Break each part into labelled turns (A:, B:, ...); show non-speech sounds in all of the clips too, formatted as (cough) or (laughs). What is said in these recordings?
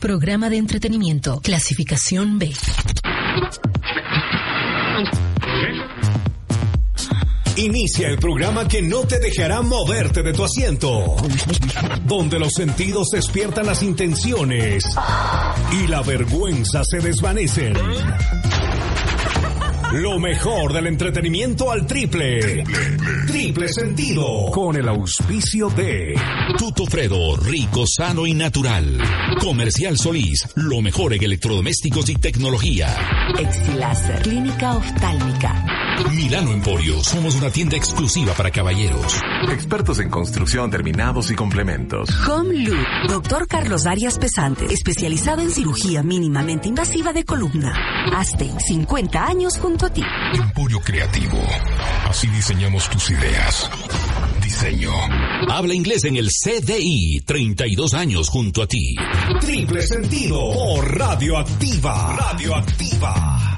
A: Programa de entretenimiento. Clasificación B.
B: Inicia el programa que no te dejará moverte de tu asiento, donde los sentidos despiertan las intenciones y la vergüenza se desvanecen. Lo mejor del entretenimiento al triple. Triple sentido. Con el auspicio de
C: Tutofredo, rico, sano y natural. Comercial Solís, lo mejor en electrodomésticos y tecnología.
D: Exilaser, clínica oftálmica.
C: Milano Emporio, somos una tienda exclusiva para caballeros.
E: Expertos en construcción, terminados y complementos.
D: Home Loop, doctor Carlos Arias Pesante, especializado en cirugía mínimamente invasiva de columna. Hazte 50 años junto a ti.
F: Emporio Creativo. Así diseñamos tus ideas. Diseño.
C: Habla inglés en el CDI, 32 años junto a ti.
B: Triple sentido. O radioactiva. Radioactiva.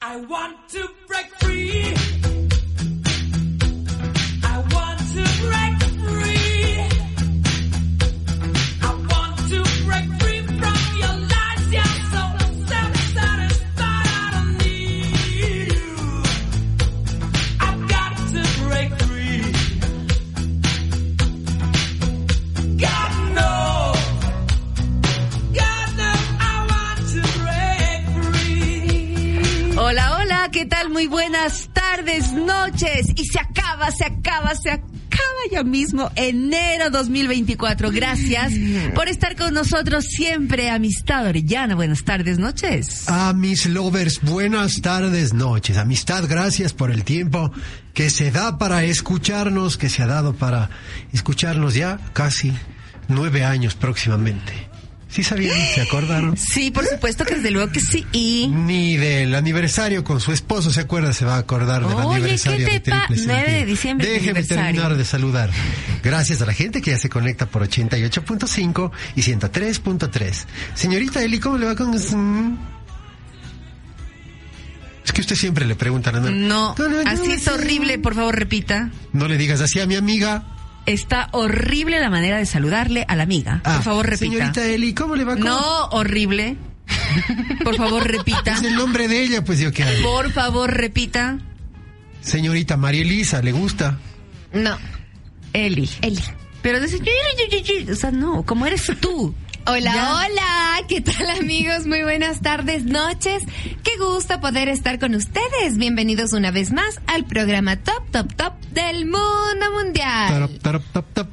G: I want to break free. I want to break free. I want to break free from your lies. You're so self-satisfied. I don't need you. I've got to break free. God knows. God knows I want to break free.
H: Hola, hola, ¿qué tal? Muy buenas tardes, noches. Y se acaba, se acaba, se acaba ya mismo enero 2024. Gracias por estar con nosotros siempre, amistad Orellana. Buenas tardes, noches.
I: A mis lovers, buenas tardes, noches. Amistad, gracias por el tiempo que se da para escucharnos, que se ha dado para escucharnos ya casi nueve años próximamente. ¿Sí sabían? ¿Se acordaron?
H: Sí, por supuesto que desde luego que sí. Y...
I: Ni del aniversario con su esposo se acuerda, se va a acordar del
H: Oye,
I: aniversario
H: ¿qué te
I: de Triple
H: pa- 9 de
I: Sentido.
H: diciembre es tu
I: Déjeme
H: aniversario.
I: terminar de saludar. Gracias a la gente que ya se conecta por 88.5 y 103.3. Señorita Eli, ¿cómo le va con su- Es que usted siempre le preguntan a
H: No,
I: No, no, no,
H: así es
I: sí.
H: horrible, por favor, repita.
I: No le digas así a mi amiga.
H: Está horrible la manera de saludarle a la amiga.
I: Ah,
H: por favor, repita.
I: Señorita Eli, ¿cómo le va con
H: No, horrible. Por favor,
I: (laughs)
H: repita.
I: Es el nombre de ella, pues yo qué hago.
H: Por favor, repita.
I: Señorita María Elisa, ¿le gusta?
H: No. Eli. Eli. Pero dices, "Yu, yu, yu, yu, yu". o sea, no, como eres tú.
J: Hola,
H: Ya.
J: hola, ¿qué tal amigos? Muy buenas tardes, noches. Qué gusto poder estar con ustedes. Bienvenidos una vez más al programa Top, Top, Top del Mundo Mundial.
I: Tarop, tarop, top, top.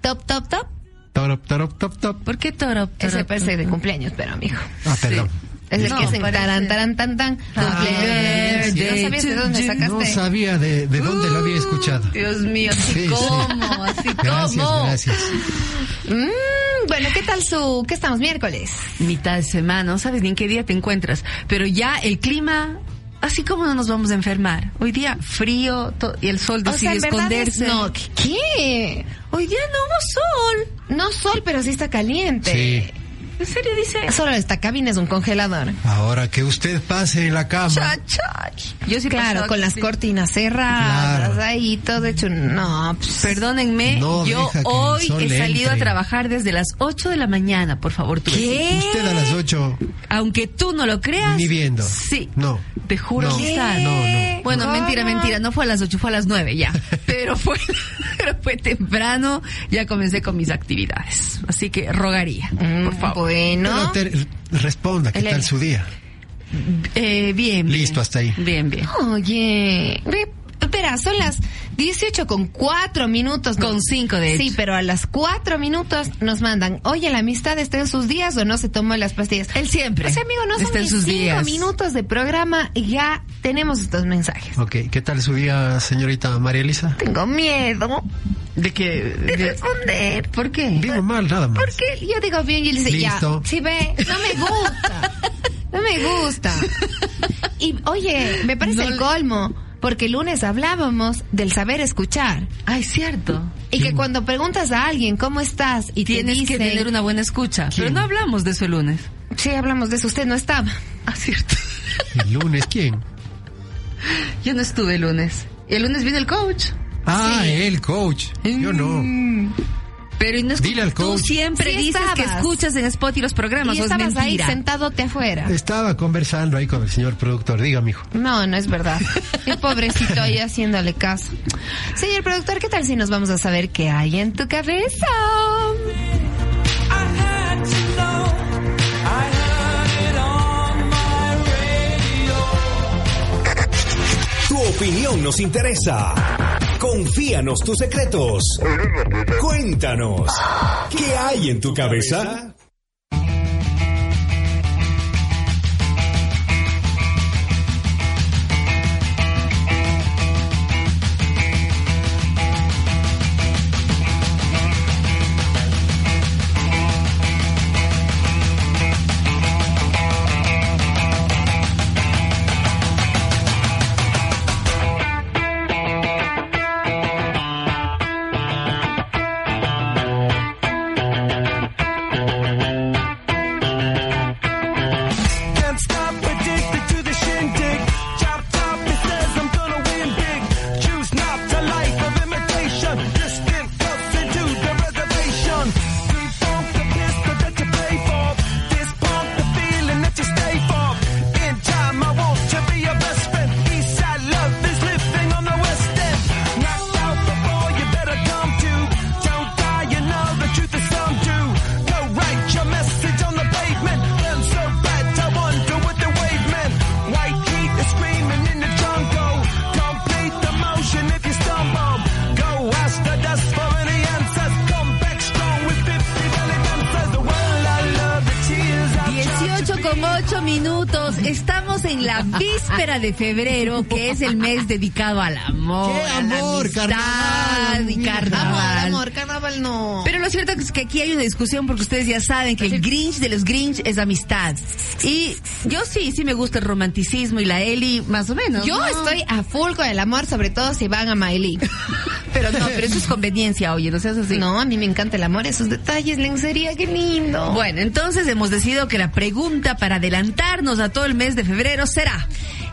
J: Top, Top, Top.
I: Tarop, tarop, top, top.
H: ¿Por qué toro?
J: Ese parece de cumpleaños, pero amigo.
I: Ah, perdón.
J: Es el
H: No,
J: que hacen
H: parece- Ah,
J: taran, taran, tan, tan.
I: Ah,
J: Cumpleaños.
H: birthday
J: ¿No sabías de
H: to
J: dónde
H: you.
J: sacaste? Uh,
I: No sabía de, de dónde lo había escuchado.
H: Dios mío, así
I: Sí, sí.
H: como, así
I: Gracias,
H: como.
I: gracias.
J: Mm, bueno, ¿qué tal su... ¿Qué estamos? Miércoles.
H: Mitad de semana, no sabes ni en qué día te encuentras. Pero ya el clima, así como no nos vamos a enfermar. Hoy día frío to- y el sol
J: O sea,
H: decide
J: en verdad es-
H: esconderse.
J: No, ¿qué?
H: Hoy día no hubo sol.
J: No sol, pero sí está caliente.
I: Sí.
H: ¿En serio dice?
J: Solo esta cabina es un congelador.
I: Ahora que usted pase en la cama.
H: Yo sí
J: Claro,
H: pensaba
J: con
H: que
J: las
H: sí.
J: cortinas cerradas,
I: Claro.
J: ahí todo hecho. un- No, pues,
H: Perdónenme,
I: No
H: yo
I: deja que el
H: hoy
I: sol
H: he salido
I: entre.
H: a trabajar desde las 8 de la mañana, por favor, tú. vecino.
I: Usted a las 8.
H: Aunque tú no lo creas.
I: Ni viendo.
H: Sí.
I: No.
H: Te juro
I: No.
H: que está.
I: No, no.
H: Bueno,
J: ¿Cómo?
H: mentira, mentira, no fue a las 8, fue a las 9
J: (laughs)
H: ya. Pero fue, (laughs) pero fue temprano, ya comencé con mis actividades. Así que rogaría,
J: mm,
H: por favor.
J: Bueno,
I: Pero te- responda, ¿qué
J: Elena.
I: tal su día?
H: Eh, bien. bien.
I: Listo, hasta ahí.
H: Bien, bien.
J: oye. ve, Espera, son las 18 con 4 minutos. ¿no?
H: Con cinco, de
J: Sí,
H: hecho.
J: pero a las 4 minutos nos mandan, oye, la amistad está en sus días o no se tomó las pastillas.
H: Él siempre.
J: O sea, amigo, no
H: está
J: son
H: en
J: ni
H: sus
J: cinco
H: días.
J: minutos de programa y ya tenemos estos mensajes.
I: Ok, ¿qué tal su día, señorita María Elisa?
J: Tengo miedo
H: De que.
J: de
H: de-
J: responder.
H: ¿Por qué?
I: Vivo mal, nada más.
J: Porque yo digo bien y él dice,
I: Listo.
J: ya, si ve, no me gusta, no me gusta. Y oye, me parece
H: No
J: el
H: le-
J: colmo. porque el lunes hablábamos del saber escuchar.
H: Ay, cierto.
J: Y que cuando preguntas a alguien cómo estás y te
H: Tienes que
J: dicen-
H: tener una buena escucha. Pero no hablamos de eso el lunes.
J: Sí, hablamos de eso, usted no estaba.
H: Ah, cierto.
I: ¿El lunes quién?
H: Yo no estuve el lunes. El lunes vino el coach.
I: Ah, el coach. Yo no.
J: Mm.
H: Pero y no es
I: Dile al
H: Tú
I: coach.
H: siempre
J: Sí
H: dices que
J: estabas.
H: escuchas en Spotify los programas.
J: Y
H: o es
J: estabas ahí
H: mentira.
J: sentadote afuera.
I: Estaba conversando ahí con el señor productor. Diga, mijo.
J: No, no es verdad. El pobrecito ahí haciéndole caso. Señor productor, ¿qué tal si nos vamos a saber qué hay en tu cabeza?
B: Tu opinión nos interesa. Confíanos tus secretos. Cuéntanos. ¿Qué hay en tu cabeza?
G: Can't stop, addicted to the shindig. Chop top, it says I'm gonna win big. Choose not to life of imitation. Distant cuts into the reservation. Deep funk, the pistol that you pay for. This punk, the feeling that you stay for. In time, I want to be your best friend. East side love is living on the west end. Knocked out before you better come to. Don't die, you know the truth is some do. Go write your message on the pavement. Feel so bad, I wonder what the wave meant. White heat is screaming in the jungle. Complete the motion if you stumble. Go ask the dust for any answers. Come back strong with 50 belly dancers. The world I love, the tears I tried to
H: 18 con 8 minutos. Estamos en la víspera de febrero, que es el mes dedicado al amor.
I: ¡Qué
H: a la
I: amor,
H: amistad
I: carnaval!
H: y carnaval.
J: Amor, amor, carnaval no.
H: Pero lo cierto es que aquí hay una discusión porque ustedes ya saben que el Grinch de los Grinch es amistad. Y yo sí, sí me gusta el romanticismo y la Eli, más o menos.
J: Yo
H: ¿no?
J: estoy a full con el amor, sobre todo si van
H: (laughs)
J: a Miley.
H: Pero no, pero eso es conveniencia, oye, no seas así.
J: No, a mí me encanta el amor, esos detalles, lencería, qué lindo.
H: Bueno, entonces hemos decidido que la pregunta para adelantarnos a todo el mes de febrero será.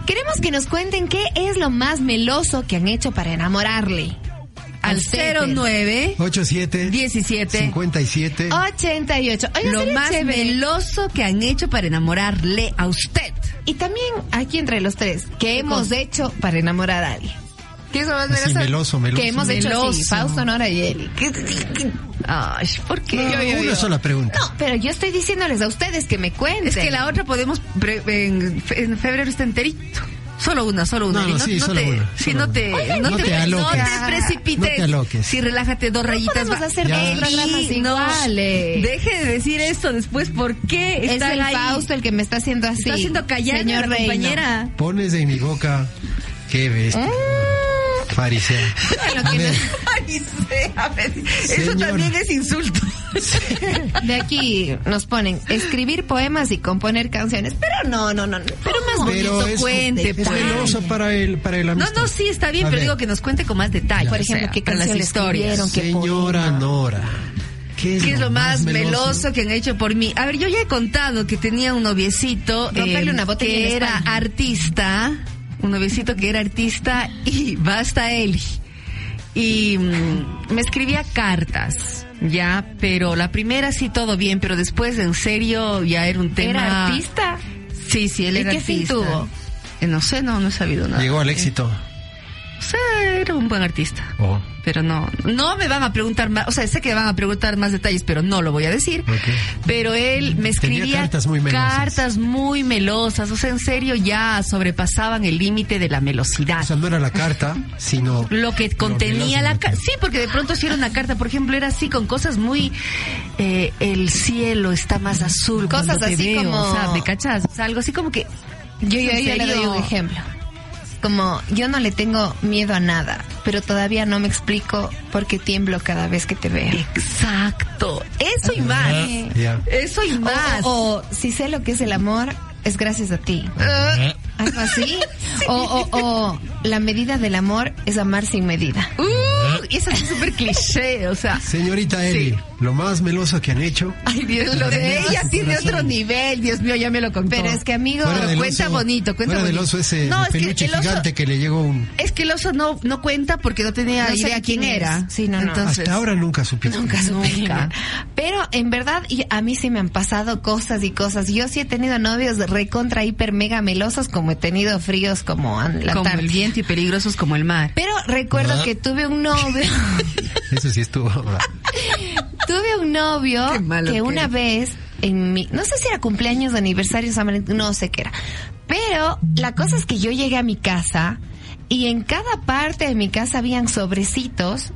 J: Queremos que nos cuenten qué es lo más meloso que han hecho para enamorarle.
H: al 09
I: 87
H: 17
I: 57
J: 88. Oiga,
H: lo
J: sería
H: más
J: chévere.
H: meloso que han hecho para enamorarle a usted.
J: Y también aquí entre los tres, ¿qué hemos
H: cosa?
J: hecho para enamorar a alguien? ¿Qué es lo más
I: Así,
J: meloso?
I: meloso, meloso.
J: Que hemos hecho así,
H: Meloso.
J: Fausto, Nora y Eli. ¿Qué-
H: Ay, ¿por qué?
I: No,
H: Yo- yo-
I: una
H: yo.
I: sola pregunta.
J: No, pero yo estoy diciéndoles a ustedes que me cuenten.
H: Es que la otra podemos pre- en, fe- en febrero está enterito. Solo una, solo una.
I: No,
H: Y
I: sí, solo
H: te,
I: una,
H: sí,
I: solo
H: no
I: una.
H: te,
I: Oigan,
H: no
I: no
H: te,
I: te aloques.
H: no te precipites.
I: No te aloques.
H: Sí, relájate dos rayitas.
J: podemos
H: va-
J: hacer
I: Ya.
J: dos programas
H: Eli, no,
J: iguales.
H: Deje de decir esto después. ¿Por qué
J: es
H: están
J: el
H: ahí?
J: Fausto el que me está haciendo así.
H: Está haciendo callar
J: señor
H: a la
J: Reino.
H: compañera.
I: Pones en mi boca. Qué bestia.
H: Mm.
I: Farisea.
J: Lo que
I: A ver,
H: (laughs) Ay, sea, pues, Eso
I: Señor.
H: también es insulto.
J: De aquí nos ponen escribir poemas y componer canciones. Pero no, no, no. no. Pero más
I: pero
J: bonito
I: es,
J: cuente.
I: es
J: pa.
I: meloso para el para el
H: pues. No,
I: amistad.
H: no, sí, está bien,
I: A
H: pero
I: ver,
H: digo que nos cuente con más detalle.
J: Por ejemplo, qué
H: para las
J: canción le
H: historias.
J: escribieron, qué
I: Señora
J: poema.
I: Nora. ¿Qué es,
H: ¿Qué es lo más meloso que han hecho por mí? A ver, yo ya he contado que tenía un noviecito eh,
J: Romperle una botella en
H: que
J: la
H: era
J: espalda.
H: artista, un noviecito que era artista y basta Eli. Y mm, me escribía cartas, ya, pero la primera sí todo bien, pero después en serio ya era un tema.
J: ¿Era artista?
H: Sí, sí, él
J: ¿Y
H: era
J: qué fin
H: artista.
J: tuvo?
H: Eh, No sé, no, no he sabido nada.
I: Llegó al éxito.
H: O sea, era un buen artista.
I: Oh.
H: Pero no, no me van a preguntar más, o sea, sé que van a preguntar más detalles, pero no lo voy a decir.
I: Ok.
H: Pero él me
I: Tenía
H: escribía
I: cartas muy melosas.
H: cartas muy melosas, o sea, en serio ya sobrepasaban el límite de la
I: O
H: melosidad.
I: sea, no era la carta, sino
H: lo que contenía
I: meloso
H: la
I: de
H: carta.
I: todo.
H: Sí, porque de pronto si era una carta, por ejemplo, era así con cosas muy eh, el cielo está más azul,
J: Cosas
H: cuando te
J: así
H: veo,
J: como-
H: o sea, ¿me cachas? O sea, algo así como que
J: Yo, yo,
H: ¿En
J: yo le
H: serio?
J: doy un ejemplo. Como yo no le tengo miedo a nada, pero todavía no me explico por qué tiemblo cada vez que te veo.
H: Exacto, eso y más.
I: Ah, Ya.
H: Eso y más.
J: O, o si sé lo que es el amor, es gracias a ti. algo (laughs) así. O, o- o la medida del amor es amar sin medida.
H: Uh, y eso es súper cliché, o sea.
I: Señorita Eli, lo más meloso que han hecho.
H: Ay, Dios, lo de ella tiene otro nivel, Dios mío, ya me lo contó.
J: Pero es que, amigo,
I: Fuera del
H: cuenta
I: oso-
H: bonito, cuenta
I: fuera del
H: bonito.
I: oso ese
H: No, es que
I: peluche
H: el oso-
I: gigante que le llegó un...
H: Es que el oso no, no cuenta porque no tenía
J: No sé
H: idea quién,
J: quién es.
H: era.
J: Sí, no, no.
H: Entonces,
I: Hasta ahora nunca supiste.
J: Nunca supe.
H: Nunca.
J: Pero en verdad, y a mí sí me han pasado cosas y cosas. Yo sí he tenido novios recontra, hiper, mega melosos, como he tenido fríos como an- la
H: como
J: tarde.
H: el viento y peligrosos como el mar.
J: Pero recuerdo que tuve
H: (laughs)
J: un novio,
I: Eso sí estuvo. ahora.
J: tuve un novio
H: Qué malo
J: que,
H: que
J: una
H: eres.
J: vez en mi, no sé si era cumpleaños, aniversario, San Valentín, no sé qué era. Pero la cosa es que yo llegué a mi casa y en cada parte de mi casa habían sobrecitos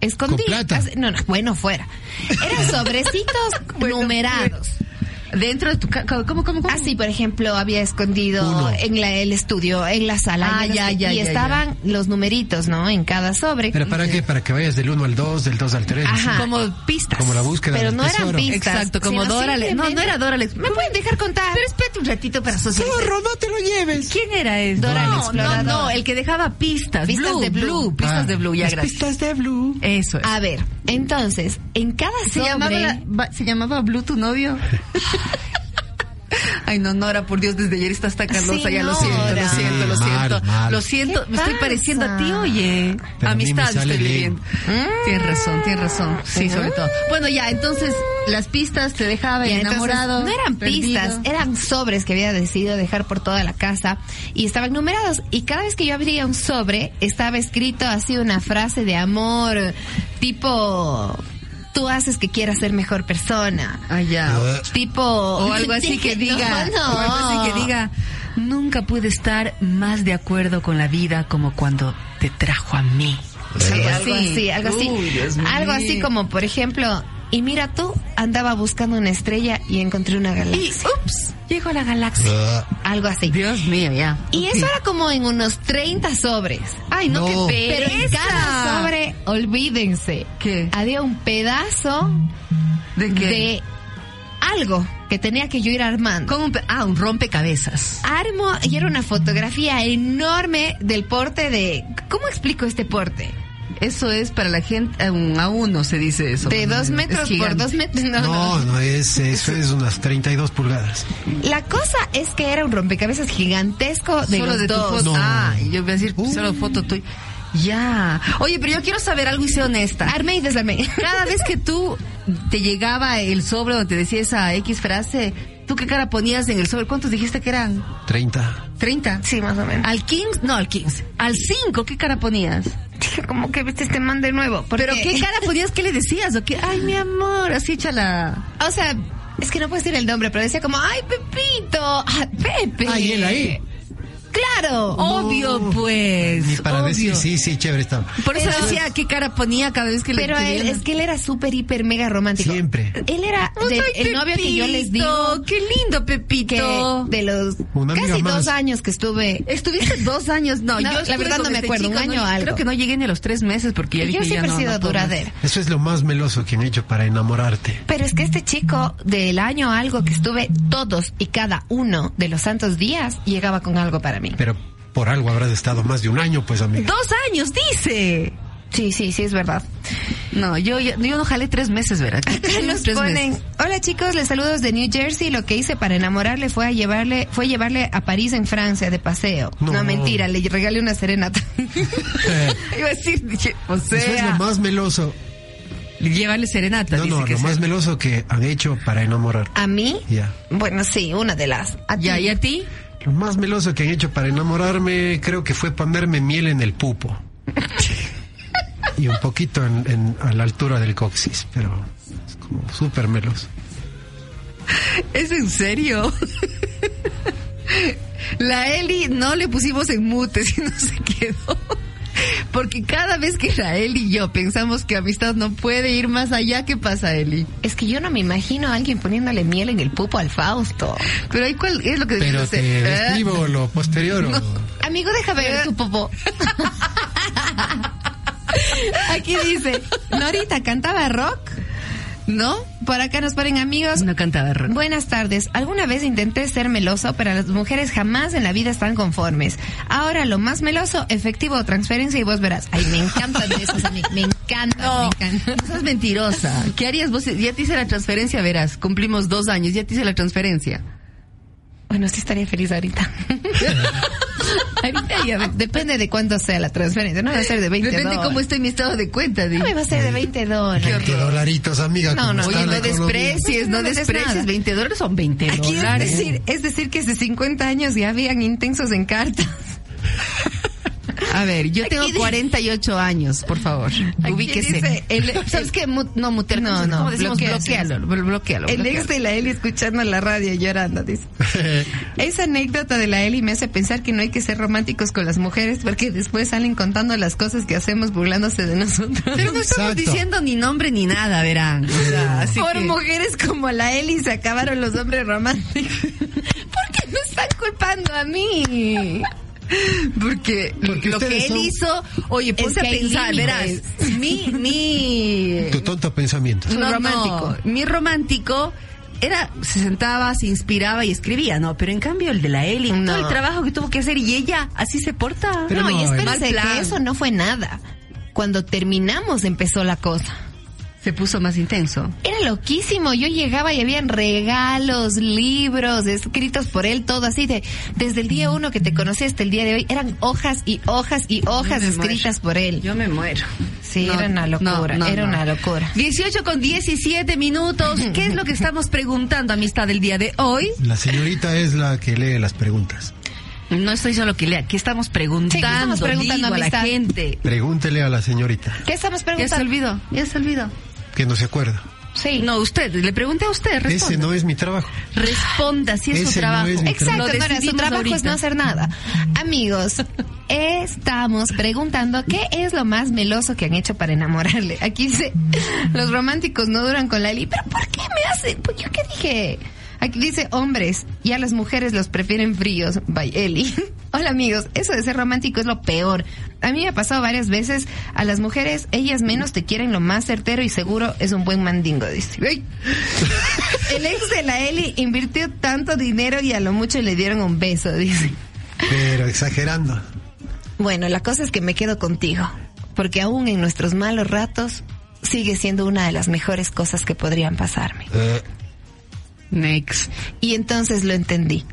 J: escondidos.
I: plata?
J: No, no, bueno, fuera. Eran sobrecitos
H: Bueno,
J: numerados.
H: Dentro de tu ca- ¿Cómo, cómo, cómo?
J: Así, Ah, por ejemplo, había escondido
I: Uno.
J: en la- el estudio, en la sala.
H: Ah,
J: en el-
H: ya, ya,
J: y
H: ya,
J: estaban los numeritos, ¿no? En cada sobre.
I: ¿Pero para qué? Para que vayas del 1 al 2, del 2 al 3.
J: Ajá.
H: como pistas.
I: Como la búsqueda
J: Pero
I: del
J: no eran
I: tesoro.
J: pistas.
H: Exacto, como
J: sino
H: Dora. Le- No, no era Dora. Lex-
J: ¿Me pueden dejar contar?
H: Pero espérate un ratito para socializar.
I: no te lo lleves!
H: ¿Quién era él?
J: Dora la
H: no, no,
J: exploradora.
H: no, el que dejaba pistas.
J: Pistas
H: Blue,
J: de Blue.
H: pistas
I: Ah,
H: de Blue, ya
I: las
H: gracias.
I: pistas de Blue.
H: Eso es.
J: A ver, entonces, en cada
H: ¿Se llamaba,
J: sobre...
H: la- ba- ¿Se llamaba Blue tu novio? (laughs) Ay, no, Nora, por Dios, desde ayer estás tan calosa,
J: Sí,
H: ya lo
J: Nora.
H: siento, lo
I: Sí,
H: siento, lo
I: mal,
H: siento.
I: mal.
H: Lo siento,
J: ¿Qué
H: me estoy
J: pasa?
H: pareciendo a ti, oye.
I: Pero a mí me
H: Amistad
I: sale
H: estoy
I: bien.
H: viviendo. Tienes razón, tienes razón. Sí, sobre todo. Bueno, ya, entonces, las pistas te dejaba
J: Ya, entonces,
H: enamorado.
J: no eran
H: perdido.
J: pistas, eran sobres que había decidido dejar por toda la casa y estaban numerados. Y cada vez que yo abría un sobre, estaba escrito así una frase de amor, tipo, tú haces que quieras ser mejor persona.
H: Ay, Ah, ya. (laughs)
J: Tipo, (laughs)
H: O algo así que diga,
J: No, no.
H: o algo así que diga, nunca pude estar más de acuerdo con la vida como cuando te trajo a mí.
J: Algo así, algo así.
H: Uy, Dios mío.
J: algo así como, por ejemplo, y mira tú, andaba buscando una estrella y encontré una
H: Y,
J: galaxia.
H: ups, llegó la galaxia.
J: Algo así.
H: Dios mío, ya.
J: Y
H: Ok.
J: eso era como en unos 30 sobres.
H: Ay, no,
I: No.
H: qué
J: Pero
H: pereza.
J: en cada sobre, olvídense,
H: ¿Qué?
J: había un pedazo
H: ¿De qué?
J: de algo que tenía que yo ir armando.
H: ¿Cómo un pe- Ah, un rompecabezas.
J: Armo, y era una fotografía enorme del porte de... ¿Cómo explico este porte?
H: Eso es para la gente, a un- a uno se dice eso.
J: De
H: Más o
J: dos
H: menos. Es
J: metros por
H: gigante.
J: dos metros. No, no.
I: No, no
J: (laughs)
I: es, eso es unas 32 pulgadas.
J: La cosa es que era un rompecabezas gigantesco de
H: solo
J: los
H: de tu
J: dos.
H: foto.
I: No.
H: Ah, yo voy a decir,
I: Uh.
H: solo foto tuya. Ya. Oye, pero yo quiero saber algo y sé honesta.
J: Armé y desarmé.
H: Cada vez que tú te llegaba el sobre donde te decía esa X frase, ¿tú qué cara ponías en el sobre? ¿Cuántos dijiste que eran?
I: 30.
H: ¿30?
J: Sí, más o menos.
H: Al 15, no al 15, al 5, ¿qué cara ponías?
J: Como que viste este man de nuevo.
H: Pero (laughs)
J: porque-
H: ¿qué cara ponías? ¿Qué le decías? ¿O qué? Ay, mi amor, así échala.
J: O sea, es que no puedo decir el nombre, pero decía como, ay, Pepito, ah, Pepe.
I: Ah, y él ahí.
J: Claro.
H: Oh, Obvio, pues.
I: Ni para
H: obvio.
I: decir, sí, sí, chévere está.
H: Por eso
J: Pero-
H: decía qué cara ponía cada vez que le
J: Pero él,
H: escribían.
J: es que él era súper, hiper, mega romántico.
I: Siempre.
J: Él era de-
H: Pues, Ay,
J: el novio que yo les
H: Pepito,
J: digo
H: Qué lindo,
J: que
H: Pepito.
J: de los
I: Una amiga
J: casi
I: más.
J: dos años que estuve.
H: Estuviste dos años, no,
J: No,
H: yo
J: la
H: estuve
J: verdad
H: con
J: no me
H: este
J: acuerdo,
H: chico,
J: un
H: no,
J: año o algo.
H: Creo que no llegué ni a los tres meses porque ya dije,
J: yo
H: ya
J: siempre
H: no,
J: he sido
H: no puedo más.
J: duradera.
I: Eso es lo más meloso que han hecho para enamorarte.
J: Pero es que este chico del año a algo que estuve todos y cada uno de los santos días llegaba con algo para mí.
I: Pero por algo habrás estado más de un año,
J: (laughs)
I: pues, amiga.
H: Dos años, dice.
J: Sí, sí, sí, es verdad.
H: No, yo, yo, yo no jalé tres meses, ¿verdad?
J: Acá (laughs) nos ponen, hola chicos, les saludos de New Jersey. Lo que hice para enamorarle fue a llevarle, fue llevarle a París en Francia de paseo.
I: No.
J: No, mentira, le regalé una
I: (laughs)
J: serenata.
H: Iba a decir, dije, o sea,
I: Eso es lo más meloso.
H: llévale serenata,
I: No,
H: dice
I: no,
H: que
I: lo
H: sea.
I: más meloso que han hecho para enamorarte.
J: a mí,
I: Ya.
J: bueno, sí, una de las. A
H: Ya,
J: ti.
H: ¿y a ti?
I: Lo más meloso que han hecho para enamorarme creo que fue ponerme miel en
H: (laughs)
I: el pupo. y un poquito en- en- a la altura del coxis, pero es como súper meloso.
H: ¿Es en serio? La Eli no le pusimos en
J: (laughs)
H: mute, sino se quedó. Porque cada vez que la Eli y yo pensamos que amistad no puede ir más allá, ¿qué pasa, Eli?
J: Es que yo no me imagino a alguien poniéndole miel en el pupo al Fausto. Ah,
H: Pero ahí cuál es lo que
I: Pero
H: decimos,
I: te
H: eh,
I: describo lo posterior. o-
J: Amigo, deja ver tu popo. Aquí dice, Norita cantaba rock. ¿No? Por acá nos ponen amigos. No cantaba Buenas tardes. Alguna vez intenté ser meloso, pero las mujeres jamás en la vida están conformes. Ahora lo más meloso, efectivo, transferencia y vos verás. Ay, me (laughs) encantan de esos, a mí, me encanta.
H: No, no seas mentirosa. ¿Qué harías vos? Ya te hice la transferencia, verás. Cumplimos dos años, ya te hice la transferencia.
J: Bueno, sí estaría feliz ahorita. (laughs) ahorita ya, depende de cuánto sea la transferencia. No va a ser de 20
H: Depende
J: dólares.
H: cómo esté mi estado de cuenta. di.
J: No me va a ser de 20 dólares.
I: 20 dolaritos, amiga.
J: No,
I: ¿cómo
J: no,
I: está
H: Oye,
I: la
H: no
I: economía?
H: desprecies, no
J: No des nada.
H: desprecies. 20 dólares son 20
J: Aquí es
H: dólares.
J: decir, es decir que hace 50 años ya habían intensos en
H: (laughs)
J: cartas.
H: A ver, yo
J: Aquí
H: tengo
J: dice-
H: 48 años, por favor.
J: Aquí
H: Ubíquese.
J: dice (laughs) el-
H: ¿Sabes qué? Mu- No, mutear.
J: No,
H: ¿cómo-
J: no,
H: cómo decimos?
J: bloquea,
H: bloquealo, blo- bloquealo.
J: El
H: bloquealo.
J: ex de la Eli escuchando la radio llorando, dice.
H: (laughs) este
J: (laughs) Esa anécdota de la Eli me hace pensar que no hay que ser románticos con las mujeres porque después salen contando las cosas que hacemos burlándose de nosotros.
H: Pero no estamos
I: Exacto.
H: diciendo ni nombre ni nada, verán. O sea, así
J: Por
H: que-
J: mujeres como la Eli se acabaron los
H: (laughs)
J: hombres románticos. (laughs) ¿Por qué me están culpando a mí?
H: (laughs) Porque,
I: Porque
H: lo que
I: ustedes
H: él
I: son-
H: hizo, oye, ponte
J: que
H: a
J: hay
H: pensar, verás,
J: límites.
H: mi,
J: (laughs)
H: mi,
I: Tu tonto pensamiento.
H: no,
J: romántico.
H: no, mi romántico era, se sentaba, se inspiraba y escribía, no, pero en cambio el de la Eli,
J: No.
H: todo el trabajo que tuvo que hacer y ella así se porta.
I: Pero
J: no,
I: no,
J: y
I: el-
J: espérense
H: Mal plan.
J: que eso no fue nada. Cuando terminamos empezó la cosa.
H: Se puso más intenso.
J: Era loquísimo, yo llegaba y habían regalos, libros escritos por él, todo así de desde el día uno que te conocí hasta el día de hoy, eran hojas y hojas y hojas
H: Mm. me muero.
J: escritas por él.
H: Yo me muero.
J: Sí, era una locura, era una locura.
H: 18 con 17 minutos. ¿Qué es lo que
J: (laughs)
H: estamos preguntando, amistad, del día de hoy?
I: La señorita es la que lee las preguntas.
H: No estoy solo que lea, ¿qué estamos preguntando?
J: Sí, ¿qué estamos preguntando,
H: Digo a la
J: amistad?
H: gente.
I: Pregúntele a la señorita,
J: ¿Qué estamos
H: Ya se
J: preguntando?
H: olvidó, ya se olvidó.
I: que no se acuerda.
J: Sí.
H: No, usted, le pregunté a usted, responda.
I: Ese no es mi trabajo.
H: Responda, si es
I: Ese
H: su
I: no
H: trabajo.
I: es mi
J: Exacto,
H: Lo
J: no era, su
H: decidimos
J: trabajo es
H: ahorita.
J: no hacer nada. Amigos, estamos preguntando qué es lo más meloso que han hecho para enamorarle. Aquí dice, los románticos no duran con la Lali, pero ¿por qué me hacen? Pues yo qué dije. Aquí dice hombres y a las mujeres los prefieren fríos, by Eli. (laughs) Hola amigos, eso de ser romántico es lo peor. A mí me ha pasado varias veces, a las mujeres ellas menos te quieren lo más certero y seguro es un buen mandingo, dice. ¡Ay! (laughs) El ex de la Eli invirtió tanto dinero y a lo mucho le dieron un beso, dice.
I: Pero exagerando.
J: Bueno, la cosa es que me quedo contigo, porque aún en nuestros malos ratos sigue siendo una de las mejores cosas que podrían pasarme.
I: Eh,
H: Next.
J: Y entonces lo entendí.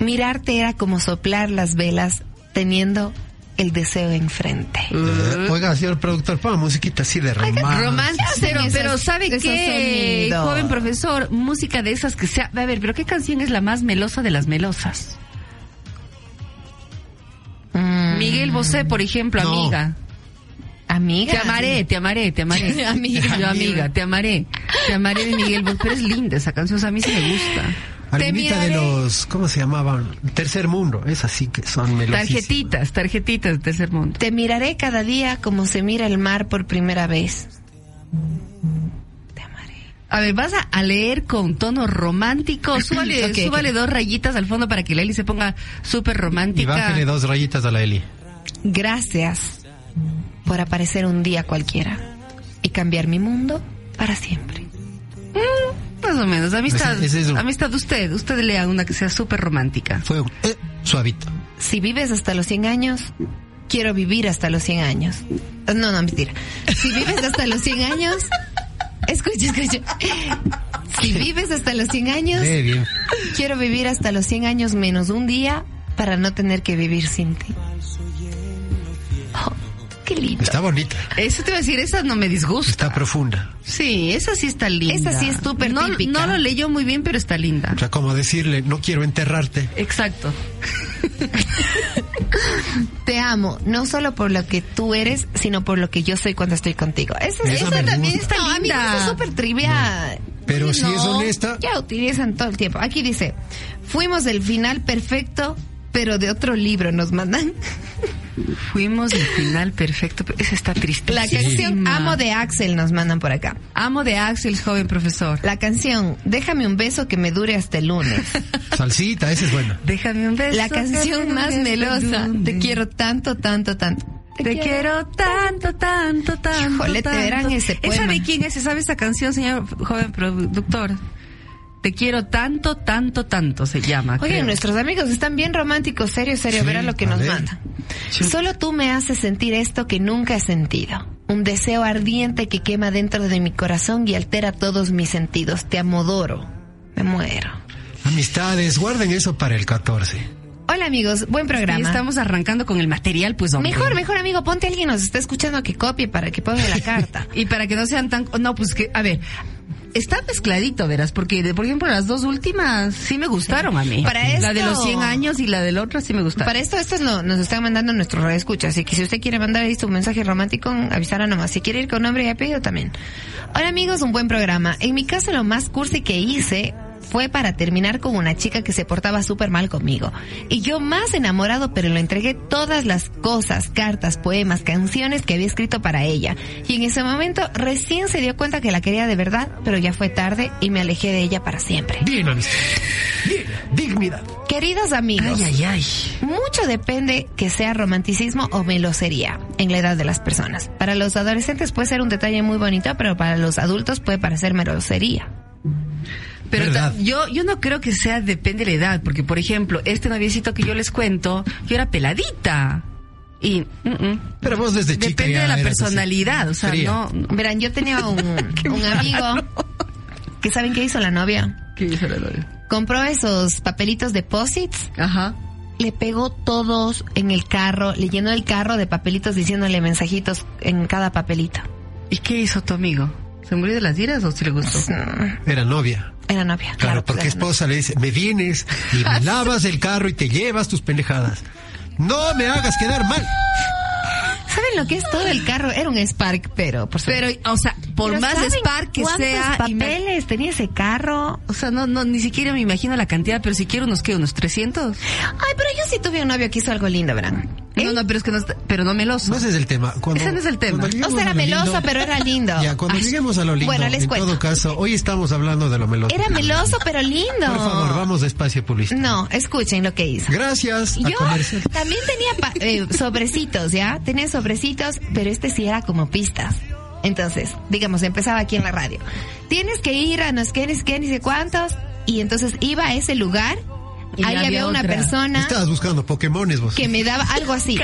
J: Mirarte era como soplar las velas teniendo el deseo enfrente.
I: eh, oiga, señor productor, ponga musiquita así de romance.
H: Romance, pero,
J: esos-
H: pero ¿sabe
J: esos
H: qué,
J: sonidos?
H: joven profesor? Música de esas que sea... A ver, ¿pero qué canción es la más melosa de las melosas?
J: Mm,
H: Miguel Bosé, por ejemplo,
I: No.
H: amiga.
J: amiga.
H: Te amaré, te amaré, te amaré.
J: Amiga.
H: Yo, (laughs) amiga, te amaré. Te amaré de Miguel Bosé. Pero es linda esa canción, o sea, a mí sí me gusta.
I: Alguita de
H: ¿eh?
J: miraré.
I: los, ¿cómo se llamaban? Tercer mundo, es así que son melosísimas.
H: Tarjetitas, tarjetitas de tercer mundo.
J: Te miraré cada día como se mira el mar por primera vez. Te amaré.
H: A ver, vas a, a leer con tono (clears throat) romántico. Súbale,
J: Ok,
H: súbale dos rayitas al fondo para que Leli se ponga súper
I: Y
H: romántica.
I: bájale dos rayitas a la Eli.
J: Gracias por aparecer un día cualquiera y cambiar mi mundo para siempre.
H: Más o menos, amistad.
I: Ese- ese es un-
H: Amistad de usted. Usted lea una que sea súper romántica.
I: Fue un eh, suavito.
J: Si vives hasta los 100 años, quiero vivir hasta los 100 años. No, no, mentira. Si vives hasta los 100 años, escucha, escucha. Si vives hasta los 100 años,
I: Eh, bien.
J: quiero vivir hasta los 100 años menos un día para no tener que vivir sin ti. Oh, qué lindo.
I: Está bonita.
H: Eso te iba a decir, esa no me disgusta.
I: Está profunda.
H: Sí, esa sí está linda.
J: Esa sí es súper
H: no,
J: típica.
H: No lo leyó muy bien, pero está linda.
I: O sea, como decirle, no quiero enterrarte.
H: Exacto.
J: Te amo, no solo por lo que tú eres, sino por lo que yo soy cuando estoy contigo. Eso,
I: Esa
J: eso
I: me
J: también
I: gusta.
J: está
H: No,
J: linda.
H: amiga, eso
J: es
H: es
J: súper
H: súper
J: trivial.
I: Pero si es honesta-
J: Ya utilizan todo el tiempo. Aquí dice, fuimos del final perfecto, pero de otro libro nos mandan. (laughs)
H: Fuimos el final perfecto. pero Esa está triste.
J: La canción Amo de Axel nos mandan por acá.
H: Amo de Axel, joven profesor.
J: La canción Déjame un beso que me dure hasta el (laughs) lunes.
I: Salsita, esa es buena.
H: Déjame un beso.
J: La
H: que
J: canción
H: me
J: más
H: dure
J: melosa.
H: hasta el
J: Te
H: lunes.
J: quiero tanto, tanto, tanto.
H: Te, quiero tanto, tanto, tanto.
J: Híjole, te
H: tanto.
J: verán ese
H: ¿Esa
J: poema.
H: de quién es? ¿Sabe esa canción, señor joven productor? Te quiero tanto, tanto, tanto se llama.
J: Oye,
H: creo.
J: nuestros amigos están bien románticos, serio, serio,
I: Sí,
J: verás lo que
I: a
J: nos
I: ver.
J: mandan. Solo tú me haces sentir esto que nunca he sentido. Un deseo ardiente que quema dentro de mi corazón y altera todos mis sentidos. Te amodoro. Me muero.
I: Amistades, guarden eso para el 14.
J: Hola amigos, buen
H: Y
J: programa.
H: estamos arrancando con el material, pues hombre.
J: Mejor, mejor amigo, ponte alguien nos está escuchando que copie para que ponga
H: (laughs)
J: la carta.
H: Y para que no sean tan... No, pues que, a ver, está mezcladito, verás, porque, de- por ejemplo, las dos últimas sí me gustaron a mí.
J: Para
H: La de
J: esto-
H: los 100 años y la del otro sí me gustaron.
J: Para esto, estos no- nos están mandando nuestros radioescuchas. Así que si usted quiere mandar ahí su mensaje romántico, avisará nomás. Si quiere ir con nombre y apellido también. Hola amigos, un buen programa. En mi caso, lo más cursi que hice fue para terminar con una chica que se portaba súper mal conmigo. Y yo más enamorado, pero le entregué todas las cosas, cartas, poemas, canciones que había escrito para ella. Y en ese momento recién se dio cuenta que la quería de verdad, pero ya fue tarde y me alejé de ella para siempre.
I: Bien, amistad. Bien, dignidad.
J: Queridos amigos.
H: Ay, ay, ay.
J: Mucho depende que sea romanticismo o melosería en la edad de las personas. Para los adolescentes puede ser un detalle muy bonito, pero para los adultos puede parecer melosería.
H: Pero
I: ¿Verdad?
H: ta- yo, yo no creo que sea depende de la edad, porque por ejemplo, este noviecito que yo les cuento, yo era peladita. Y mm, mm.
I: Pero vos desde chica
H: depende
I: ya
H: de
I: pues,
H: la
I: eras así.
H: personalidad, o sea,
I: Fría.
H: no.
J: Verán, yo
H: (laughs)
J: tenía un, un amigo que saben qué hizo la novia.
H: ¿Qué hizo la novia?
J: Compró esos papelitos deposits,
H: Ajá.
J: le pegó todos en el carro, le llenó el carro de papelitos diciéndole mensajitos en cada papelito.
H: ¿Y qué hizo tu amigo? ¿Se murió de las iras o si le gustó?
J: (laughs)
I: Era novia.
J: Mm, Era novia. pues
I: Claro, porque
J: era
I: esposa le dice, me vienes y me lavas el carro y te llevas tus pendejadas. No me hagas quedar mal.
J: ¿Saben lo que es todo el carro? Era un Spark, pero por supuesto.
H: Pero, o sea, por
J: Pero
H: más
J: ¿saben
H: Spark que
J: cuántos
H: sea. ima-
J: papeles tenía ese carro?
H: O sea, no, no, ni siquiera me imagino la cantidad, pero si quiero unos, ¿qué? ¿Unos 300?
J: Ay, pero yo sí tuve un novio que hizo algo lindo, ¿verdad?
H: No, no, pero es que no, está- pero ¿Eh? no meloso.
I: No ese es el tema. Cuando,
H: Ese no es el tema.
I: cuando
J: O
I: lleguemos
J: sea, era
I: a lo lindo-
J: meloso, pero era lindo.
I: Ya, cuando
J: Ay,
I: lleguemos a lo lindo,
J: Bueno, les
I: en
J: cuento.
I: todo caso, hoy estamos hablando de lo meloso.
J: Era meloso, pero lindo.
I: Por favor, vamos despacio, publicista.
J: No, escuchen lo que hizo.
I: Gracias. A
J: Yo
I: comercial.
J: también tenía pa- eh, sobrecitos, ¿ya? Tenía sobrecitos, pero este sí era como pistas. Entonces, digamos, empezaba aquí en la radio. Tienes que ir a nos quieres, que ni sé cuántos. Y entonces iba a ese lugar.
H: Y
J: ahí
H: había
J: había, una
H: otra.
J: persona
I: Estabas buscando Pokémones vos.
J: que me daba
H: (laughs)
J: algo así.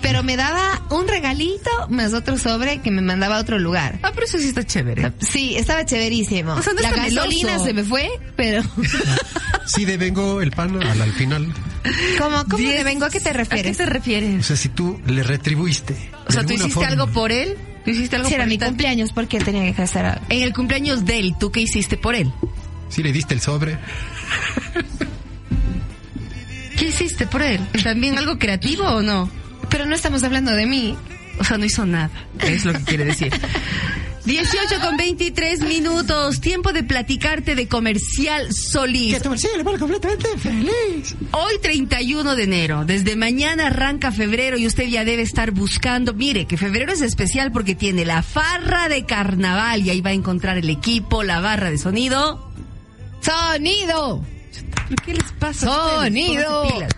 J: Pero me daba un regalito más otro sobre que me mandaba a otro lugar.
H: Ah, pero eso sí está chévere.
J: Sí, estaba chéverísimo.
H: O sea, no
J: la
H: está meloso.
J: gasolina se me fue,
H: (laughs)
J: pero
I: Sí devengó el pan al, al final.
J: ¿cómo, cómo
H: Diez-
J: te vengo? ¿A qué te
H: ¿A qué
J: refieres?
H: te refieres?
I: O sea, si tú le retribuiste.
H: O sea,
I: de
H: tú
I: alguna
H: hiciste
I: forma,
H: algo por él, tú hiciste algo
J: Si era
H: por
J: mi
H: él. tan-
J: cumpleaños, porque tenía que hacer algo?
H: En el cumpleaños de él, ¿tú qué hiciste por él?
I: Sí le diste el sobre.
H: ¿Qué hiciste por él? ¿También algo creativo o no?
J: Pero no estamos hablando de mí.
H: O sea, no hizo nada, es lo que quiere decir. 18 con 23 minutos, tiempo de platicarte de comercial Solís.
I: completamente feliz.
H: Hoy 31 de enero, desde mañana arranca febrero y usted ya debe estar buscando. Mire, que febrero es especial porque tiene la farra de carnaval y ahí va a encontrar el equipo, la barra de sonido.
J: ¡Sonido!
H: ¿Qué les pasa? a ustedes?
J: Sonido.
H: Pónganse pilas.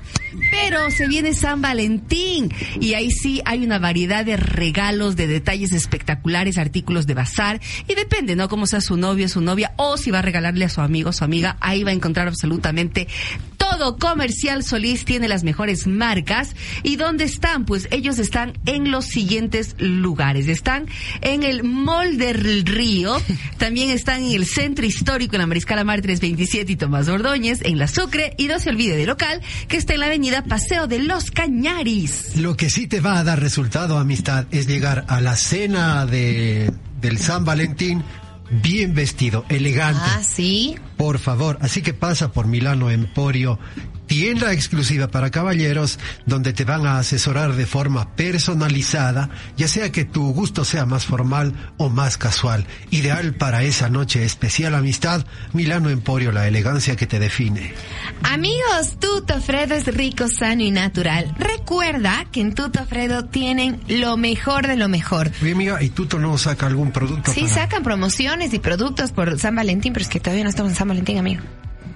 H: Pero se viene San Valentín y ahí sí hay una variedad de regalos, de detalles espectaculares, artículos de bazar y depende, ¿no? Cómo sea su novio, su novia o si va a regalarle a su amigo, su amiga, ahí va a encontrar absolutamente todo. Comercial Solís tiene las mejores marcas y ¿dónde están? Pues ellos están en los siguientes lugares. Están en el Mall del Río, también están en el Centro Histórico en la Mariscal Amar 327 y Tomás Ordóñez, en la Sucre y no se olvide de local que está en la avenida Paseo de los Cañaris.
I: Lo que sí te va a dar resultado, amistad, es llegar a la cena de, del San Valentín bien vestido, elegante.
J: Ah, sí.
I: Por favor, así que pasa por Milano Emporio, tienda exclusiva para caballeros, donde te van a asesorar de forma personalizada, ya sea que tu gusto sea más formal o más casual. Ideal para esa noche especial amistad, Milano Emporio, la elegancia que te define.
J: Amigos, Tuto Fredo es rico, sano y natural. Recuerda que en Tuto Fredo tienen lo mejor de lo mejor.
I: Oye, amiga, ¿y Tuto no saca algún producto?
J: Sí,
I: para-
J: sacan promociones y productos por San Valentín, pero es que todavía no estamos en San Valentín, amigo.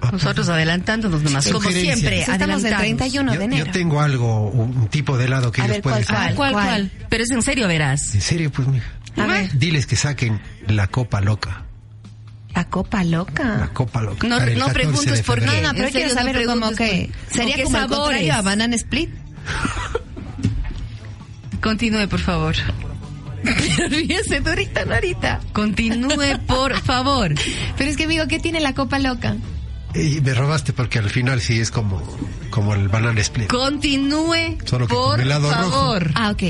I: Ah,
H: Nosotros adelantándonos nomás, como
I: Sugerencias.
H: siempre.
J: Entonces estamos el
H: adelantados.
J: 31 de
I: Yo, yo
J: enero.
I: tengo algo, un tipo de helado que
J: A
I: ellos
J: ver,
I: pueden
J: ¿cuál,
I: sacar.
H: ¿Cuál,
J: ¿Cuál?
H: cuál? Pero es en serio, verás.
I: En serio, pues mija.
J: A ver.
I: Diles que saquen la copa loca.
J: La copa loca.
I: La copa loca.
H: No-
I: para el
H: no
I: 14 de
H: preguntes por
J: No,
I: febrero.
J: no,
H: En
J: pero
H: serio,
J: quiero
H: no
J: saber como
H: preguntes
J: que
H: por-
J: sería
H: ¿con qué
J: como el
H: sabores?
J: contrario a banana split. (laughs)
H: Continúe, por favor.
J: Olvídese, Dorita, Norita.
H: Continúe, por favor.
J: Pero es que amigo, ¿qué tiene la copa loca?
I: Y me robaste porque al final sí es como, como el banana split.
H: Continúe,
I: Solo que
H: por
I: con helado rojo.
H: favor.
J: Ah, ok.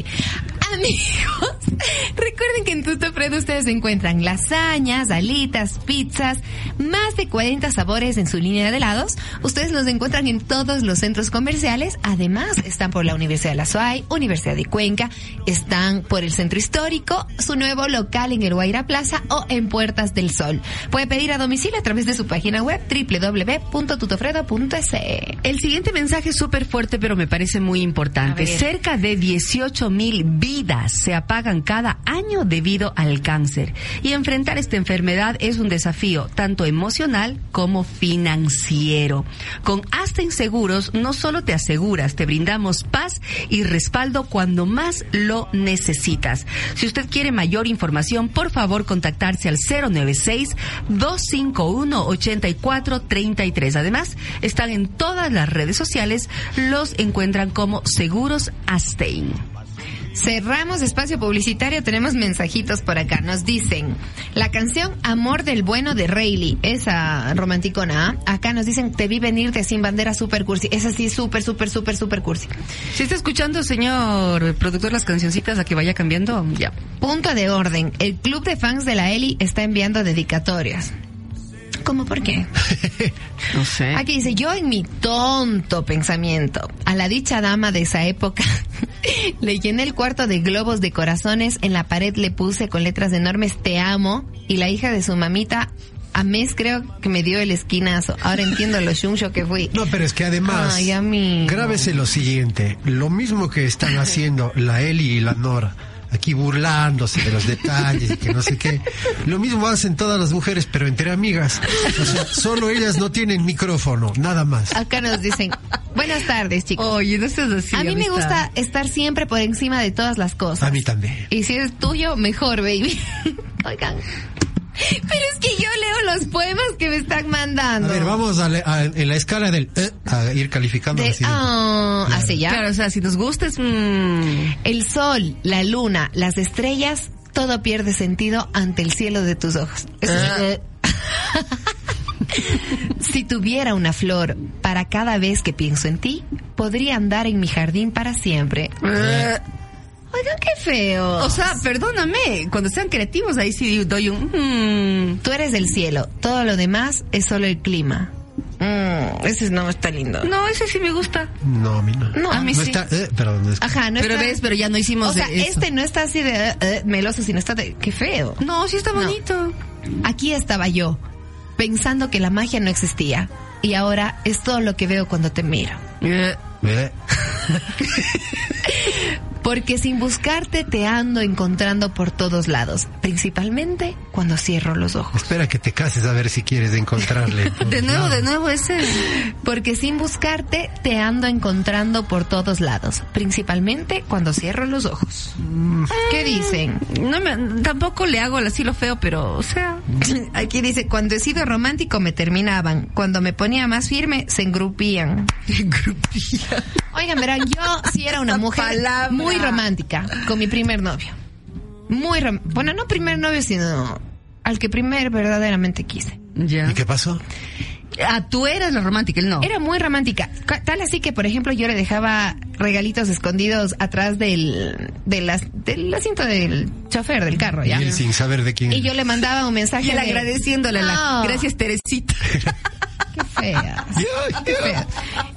J: Amigos, (laughs) recuerden que en Tuto Fred ustedes encuentran lasañas, alitas, pizzas, más de 40 sabores en su línea de helados. Ustedes los encuentran en todos los centros comerciales. Además, están por la Universidad de la SUAY, Universidad de Cuenca, están por el Centro Histórico, su nuevo local en el Guaira Plaza o en Puertas del Sol. Puede pedir a domicilio a través de su página web www.tutofredo.es.
H: El siguiente mensaje es súper fuerte, pero me parece muy importante.
J: A ver.
H: Cerca de 18 mil vidas se apagan cada año debido al cáncer. Y enfrentar esta enfermedad es un desafío, tanto emocional como financiero. Con Asten Seguros no solo te aseguras, te brindamos paz y respaldo cuando más lo necesitas. Si usted quiere mayor información, por favor contactarse al 096-251-8433. Además, están en todas las redes sociales, los encuentran como Seguros Astein.
J: Cerramos espacio publicitario, tenemos mensajitos por acá. Nos dicen, la canción Amor del Bueno de Rayleigh, esa romanticona, ¿ah? acá nos dicen, te vi venir de Sin Bandera Super Cursi. Esa sí, super, super, super, super cursi.
H: Si está escuchando, señor productor, las cancioncitas a que vaya cambiando, ya.
J: Punto de orden, el club de fans de la Eli está enviando dedicatorias. ¿Cómo por qué?
H: No
I: ¿Eh?
H: sé.
J: Aquí Ah, dice, yo en mi tonto pensamiento, a la dicha dama de esa época, (laughs) le llené el cuarto de globos de corazones, en la pared le puse con letras enormes te amo y la hija de su mamita a mes creo que me dio el esquinazo. Ahora entiendo lo chuncho que fui.
I: No, pero es que además,
J: Ay, amigo.
I: grábese lo siguiente, lo mismo
J: (laughs)
I: que están haciendo la Eli y la Nora, aquí burlándose de los detalles y que no sé qué, lo mismo hacen todas las mujeres, pero entre amigas. O sea, solo ellas no tienen micrófono, nada más.
J: Acá nos
I: (laughs)
J: dicen, buenas tardes chicos.
H: Oye, no seas así.
J: a mí me
H: amistad.
J: gusta estar siempre por encima de todas las cosas.
I: A mí también.
J: Y si es tuyo, mejor, baby. (laughs) Oigan. Pero es que yo leo los poemas que me están
I: A
J: mandando.
I: ver, vamos a, le- a- en la escala del eh, a ir calificando.
J: De,
I: la siguiente.
J: ah, así ya.
H: Claro, o sea, si nos gusta es... mm,
J: El sol, la luna, las estrellas, todo pierde sentido ante el cielo de tus ojos. Eso es- (laughs) si tuviera una flor para cada vez que pienso en ti, podría andar en mi jardín para siempre.
H: Eh.
I: eh,
J: Oigan, qué feo.
H: O sea, perdóname, cuando sean creativos ahí sí doy un... mm.
J: Tú eres del cielo, todo lo demás es solo el clima. Mm, ese no está lindo.
H: No, ese sí me gusta.
I: No, a mí no.
J: No, a mí
I: no
J: sí.
I: está, eh, perdón, no está.
J: Ajá, no
H: pero
J: está-
H: ves, pero ya no hicimos
J: O sea,
H: de eso.
J: este no está así de eh, eh, meloso, sino está de qué feo.
H: No, sí está
J: No.
H: bonito.
J: Aquí estaba yo, pensando que la magia no existía. Y ahora es todo lo que veo cuando te miro.
H: Eh,
I: Eh,
J: Porque sin buscarte te ando encontrando por todos lados, principalmente cuando cierro los ojos.
I: espera que te cases a ver si quieres encontrarle.
H: (laughs) De nuevo, de nuevo, ese...
J: Porque sin buscarte te ando encontrando por todos lados, principalmente cuando cierro los ojos. ¿Qué dicen?
H: No me, tampoco le hago así lo feo, pero, o sea...
J: (clears throat) Aquí dice, cuando he sido romántico me terminaban, cuando me ponía más firme se
I: (laughs)
J: engrupían. Oigan, verán, yo sí era una
H: Esa
J: mujer
H: palabra.
J: muy romántica con mi primer novio. Muy rom- bueno, no primer novio, sino al que primer verdaderamente quise.
H: Ya.
I: ¿Y qué pasó?
H: Ah, tú eras la romántica, él no.
J: Era muy romántica, ca- tal así que, por ejemplo, yo le dejaba regalitos escondidos atrás del, del, as- del asiento del chofer del carro,
I: Y
J: ¿ya?
I: él sin saber de quién.
J: Y yo le mandaba un mensaje
H: Y él
J: de-
H: agradeciéndole la...
J: No.
H: Gracias, Teresita.
J: Qué feas. Qué feas.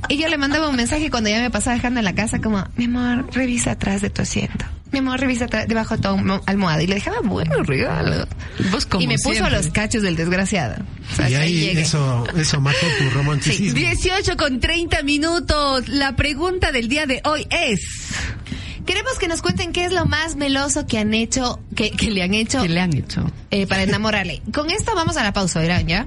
J: Y yo le mandaba un mensaje cuando ya me pasaba dejando en la casa como, mi amor, revisa atrás de tu asiento. Mi amor, revisa atrás, debajo de tu almo- almohada. Y le dejaba buenos regalos.
H: Vos como
J: Y me puso
H: siempre.
J: los cachos del desgraciado. O sea,
I: y
J: hasta
I: ahí
J: llegué.
I: eso, eso mató tu
H: Sí,
I: romanticismo.
H: 18 con 30 minutos. La pregunta del día de hoy es...
J: Queremos que nos cuenten qué es lo más meloso que han hecho, que, que le han hecho
H: han hecho?
J: eh, para enamorarle. Con esto vamos a la pausa, Irán, ¿ya?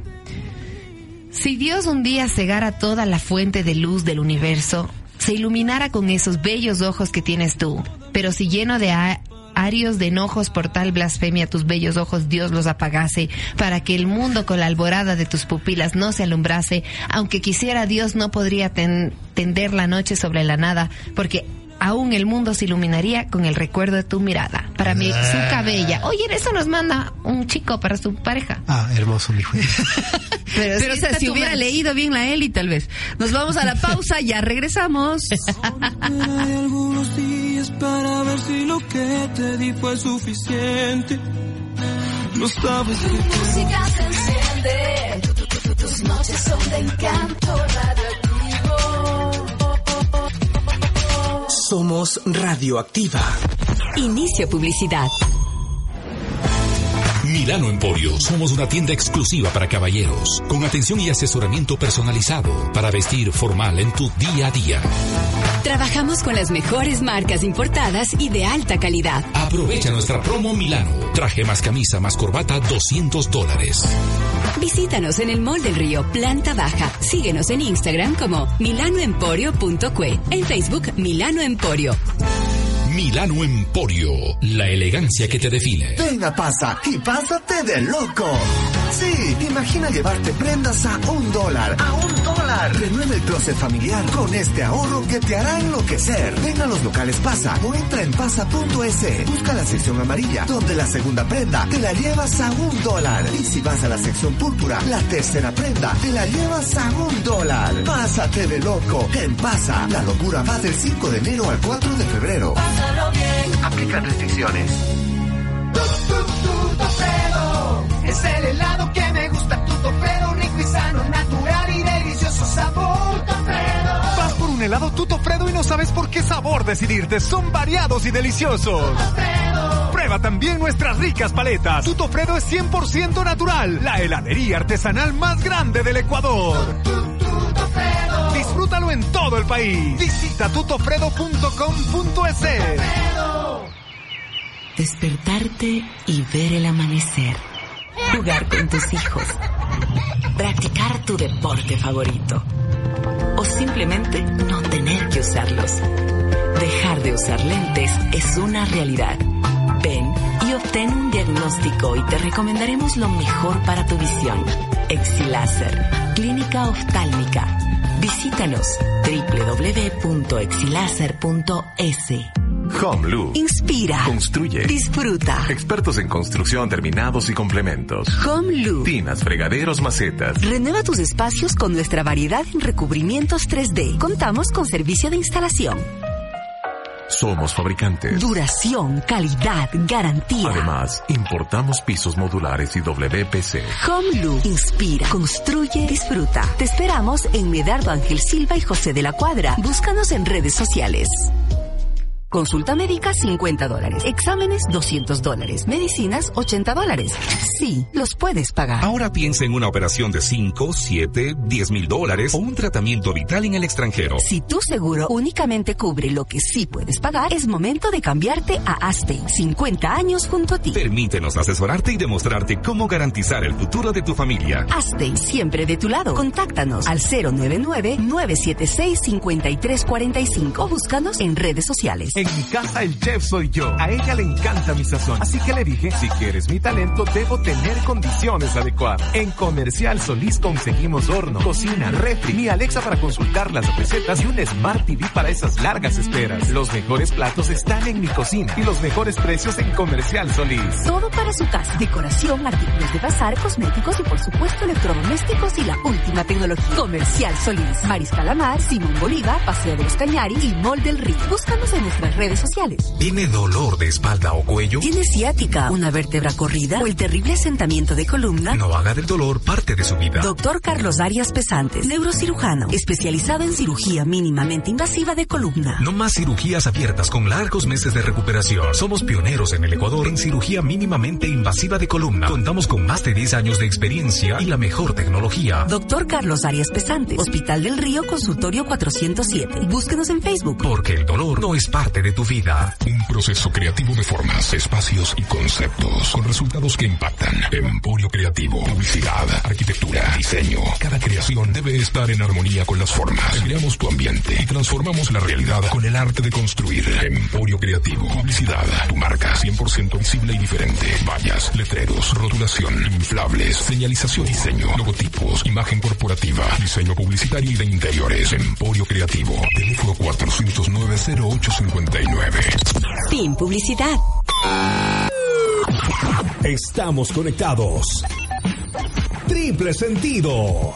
J: Si Dios un día cegara toda la fuente de luz del universo, se iluminara con esos bellos ojos que tienes tú, pero si lleno de a- arios de enojos por tal blasfemia tus bellos ojos Dios los apagase, para que el mundo con la alborada de tus pupilas no se alumbrase, aunque quisiera Dios no podría ten- tender la noche sobre la nada, porque aún el mundo se iluminaría con el recuerdo de tu mirada. Para mí, su cabella. Oye, eso nos manda un chico para su pareja.
I: Ah, hermoso, mi juez.
J: Pero,
K: Pero, o sea, si hubiera leído bien la Eli, tal vez. Nos vamos a la pausa, ya regresamos.
G: Hay algunos días para ver si lo que te di fue suficiente. No sabes que
L: música te enciende. Tu- tu- tu- Tus noches son de encanto radioactivo.
M: Somos radioactiva.
H: Inicio publicidad.
C: Milano Emporio, somos una tienda exclusiva para caballeros, con atención y asesoramiento personalizado para vestir formal en tu día a día.
H: Trabajamos con las mejores marcas importadas y de alta calidad.
C: Aprovecha nuestra promo Milano, traje más camisa más corbata 200 dólares.
H: Visítanos en el Mall del Río, planta baja. Síguenos en Instagram como milanoemporio.cue. En Facebook, Milano Emporio.
C: Milano Emporio, la elegancia que te define.
N: Venga, pasa y pásate de loco. Sí, imagina llevarte prendas a un dólar. ¡A un dólar! Renueve el closet familiar con este ahorro que te hará enloquecer. Ven a los locales Pasa o entra en pasa.es. Busca la sección amarilla, donde la segunda prenda te la llevas a un dólar. Y si vas a la sección púrpura, la tercera prenda te la llevas a un dólar. Pásate de loco en Pasa. La locura va del 5 de enero al 4 de febrero.
G: Pásalo bien.
N: Aplican restricciones.
G: Tu, tu, tu, Topedo. Es el helado que me gusta. Tu Topedo, rico y sano, natural y delicioso sabor. Topedo.
O: Vas por un helado Tuto Fredo y no sabes por qué sabor decidirte. Son variados y deliciosos. Prueba también nuestras ricas paletas. Tuto Fredo es 100% natural. La heladería artesanal más grande del Ecuador. Disfrútalo en todo el país. Visita tutofredo.com.es.
P: Despertarte y ver el amanecer. Jugar con tus hijos. Practicar tu deporte favorito. O simplemente no tener que usarlos. Dejar de usar lentes es una realidad. Ven y obtén un diagnóstico y te recomendaremos lo mejor para tu visión. Exiláser, Clínica Oftálmica. Visítanos www.exilaser.es.
Q: Home Loop.
H: Inspira.
Q: Construye.
H: Disfruta.
Q: Expertos en construcción, terminados y complementos.
H: Home Loop.
Q: Tinas, fregaderos, macetas.
H: Renueva tus espacios con nuestra variedad en recubrimientos 3D. Contamos con servicio de instalación.
Q: Somos fabricantes.
H: Duración, calidad, garantía.
Q: Además, importamos pisos modulares y WPC.
H: Home Loop. Inspira, construye, disfruta. Te esperamos en Medardo Ángel Silva y José de la Cuadra. Búscanos en redes sociales. Consulta médica 50 dólares, exámenes 200 dólares, medicinas 80 dólares. Sí, los puedes pagar.
B: Ahora piensa en una operación de 5, 7, 10 mil dólares o un tratamiento vital en el extranjero.
H: Si tu seguro únicamente cubre lo que sí puedes pagar, es momento de cambiarte a ASTE. 50 años junto a ti.
B: Permítenos asesorarte y demostrarte cómo garantizar el futuro de tu familia.
H: ASTE, siempre de tu lado. Contáctanos al 099-976-5345 o búscanos en redes sociales.
O: En mi casa el chef soy yo. A ella le encanta mi sazón. Así que le dije, si quieres mi talento, debo tener condiciones adecuadas. En Comercial Solís conseguimos horno, cocina, refri, mi Alexa para consultar las recetas y un Smart TV para esas largas esperas. Los mejores platos están en mi cocina y los mejores precios en Comercial Solís.
H: Todo para su casa. Decoración, artículos de bazar, cosméticos y por supuesto electrodomésticos y la última tecnología. Comercial Solís, Maris Calamar, Simón Bolívar, Paseo de los Cañari y Mall del Río. Búscanos en nuestras redes sociales.
B: ¿Tiene dolor de espalda o cuello?
H: ¿Tiene ciática, una vértebra corrida o el terrible asentamiento de columna?
B: No haga del dolor parte de su vida.
H: Doctor Carlos Arias Pesantes, neurocirujano, especializado en cirugía mínimamente invasiva de columna.
B: No más cirugías abiertas con largos meses de recuperación. Somos pioneros en el Ecuador en cirugía mínimamente invasiva de columna. Contamos con más de 10 años de experiencia y la mejor tecnología.
H: Doctor Carlos Arias Pesantes, Hospital del Río, Consultorio 407. Búsquenos en Facebook.
B: Porque el dolor no es parte
R: parte de tu vida.
F: Un proceso creativo de formas, espacios y conceptos con resultados que impactan. Emporio Creativo, publicidad, arquitectura, diseño. Cada creación debe estar en armonía con las formas. Creamos tu ambiente y transformamos la realidad con el arte de construir. Emporio Creativo, publicidad, tu marca 100% visible y diferente. Vallas, letreros, rotulación, inflables, señalización, diseño, logotipos, imagen corporativa, diseño publicitario y de interiores. Emporio Creativo, teléfono 409-0859.
S: Sin publicidad.
B: Estamos conectados. Triple sentido.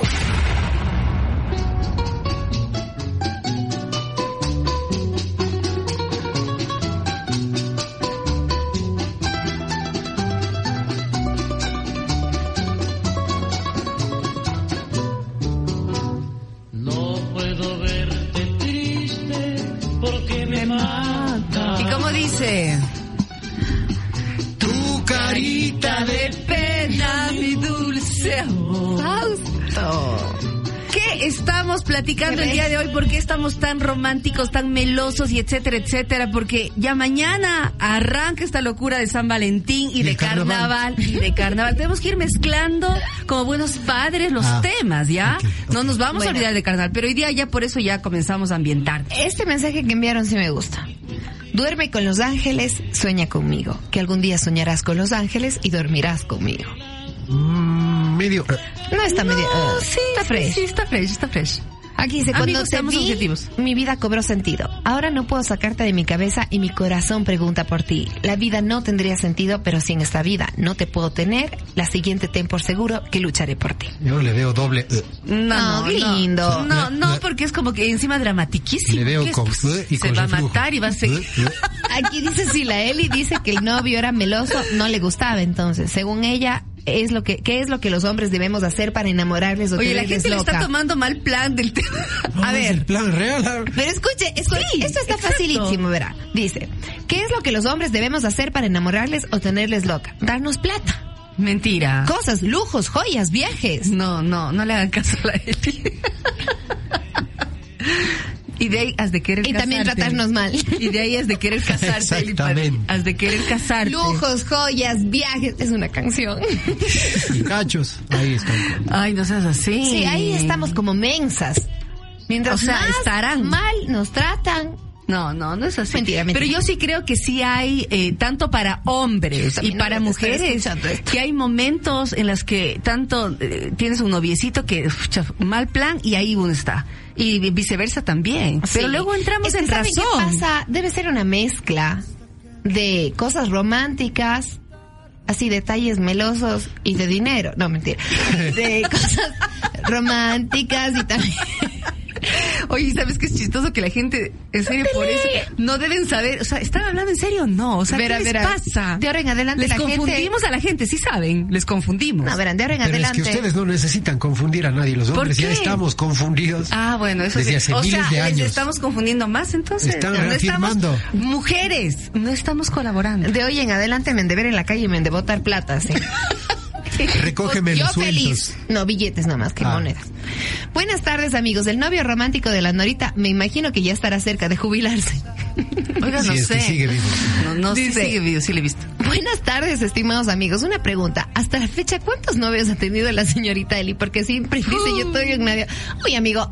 G: No puedo verte triste porque me mata.
H: ¿Y cómo dice? (laughs) Tu carita de pena, mi dulce Fausto. ¿Qué estamos platicando el día de hoy? ¿Por qué estamos tan románticos, tan melosos y etcétera, etcétera? Porque ya mañana arranca esta locura de San Valentín y, de carnaval. y de carnaval. Tenemos que ir mezclando como buenos padres los
J: Ah,
H: temas, ¿ya? No nos vamos a
J: Bueno.
H: olvidar de carnaval, pero hoy día ya por eso ya comenzamos a ambientar.
J: Este mensaje que enviaron sí me gusta. Duerme con los ángeles, sueña conmigo. Que algún día soñarás con los ángeles y dormirás conmigo.
I: Mm, medio. eh,
J: No está medio.
I: No,
J: sí, está fresh. Sí,
H: eh, está fresh, está fresh.
J: Aquí dice, cuando
H: Amigos,
J: te
H: seamos
J: vi,
H: objetivos.
J: mi vida cobró sentido. Ahora no puedo sacarte de mi cabeza y mi corazón pregunta por ti. La vida no tendría sentido, pero sin esta vida no te puedo tener. La siguiente ten por seguro que lucharé por ti.
I: Yo le veo doble. eh.
H: No,
J: No, qué lindo.
H: No, no, porque es como que encima dramatiquísimo.
I: Le veo
H: ¿Qué es?
I: con eh, y
H: se
I: con
H: va a
I: reflujo.
H: matar y va (laughs) a ser...
I: Eh, eh.
J: Aquí dice si la Eli dice que el novio era meloso, no le gustaba entonces. Según ella, es lo que, ¿qué es lo que los hombres debemos hacer para enamorarles
H: (laughs)
J: o
H: Oye, la
J: tenerles
H: gente le
J: loca?
H: está tomando mal plan del tema.
I: (laughs)
J: A ver.
I: El plan real.
H: (laughs)
J: Pero escuche, escu- esto está facilísimo, verá. Dice, ¿qué es lo que los hombres debemos hacer para enamorarles o tenerles loca? Darnos plata.
H: Mentira.
J: Cosas, lujos, joyas, viajes.
H: No, no, no le hagan caso a la Eli. (laughs) Y de ahí has de querer
J: Y
H: casarte.
J: también tratarnos mal.
H: Y de ahí has de
I: (laughs)
H: querer casarte, Eli Padilla. Has de querer casarte.
J: Lujos, joyas, viajes. Es una canción.
I: Y cachos. Ahí están.
H: Ay, no seas así.
J: Sí, ahí estamos como mensas. Mientras
H: O sea,
J: más
H: estarán.
J: mal nos tratan.
H: No, no, no es así.
J: Mentira, mentira.
H: Pero yo sí creo que sí hay, eh, tanto para hombres y
J: También
H: para
J: no voy a estar
H: mujeres,
J: escuchando esto.
H: que hay momentos en los que tanto eh, tienes un noviecito que, pucha, mal plan, y ahí uno está. Y vi- viceversa también. Pero
J: Sí.
H: luego entramos
J: Es que
H: en
J: ¿saben
H: razón.
J: qué pasa? Debe ser una mezcla de cosas románticas, así detalles melosos y de dinero. No, mentira. De cosas románticas y también.
H: Oye, ¿sabes qué es chistoso? Que la gente, en serio, por eso, no deben saber. O sea, ¿están hablando en serio o no? O sea,
J: Verá,
H: ¿qué
J: verá.
H: les pasa?
J: De ahora en adelante
H: les
J: la gente-
H: confundimos a la gente, sí saben, les confundimos.
J: No, verán, de ahora en
I: Pero es
J: adelante.
I: que ustedes no necesitan confundir a nadie. Los
H: ¿Por
I: hombres ya
H: qué?
I: estamos confundidos.
H: Ah, bueno, eso
I: Desde
H: sí.
I: hace
H: o sea,
I: miles de
H: les
I: años.
H: estamos confundiendo más entonces.
I: Están
H: No estamos-
I: reafirmando.
H: mujeres, no estamos colaborando.
J: De hoy en adelante me han de ver en la calle y me han de botar plata, sí.
I: Recógeme
J: Yo
I: los sueldos.
J: feliz. No, billetes nomás, que
I: Ah.
J: monedas. Buenas tardes, amigos. El novio romántico de la Norita, me imagino que ya estará cerca de jubilarse.
H: Oiga,
I: Si
H: no
I: es que
H: sé.
I: sigue vivo.
H: No, no sí
J: Dice-
H: sigue vivo, sí le he visto.
J: Buenas tardes, estimados amigos. Una pregunta. Hasta la fecha, ¿cuántos novios ha tenido la señorita Eli? Porque siempre dice yo estoy en novio. Oye, amigo,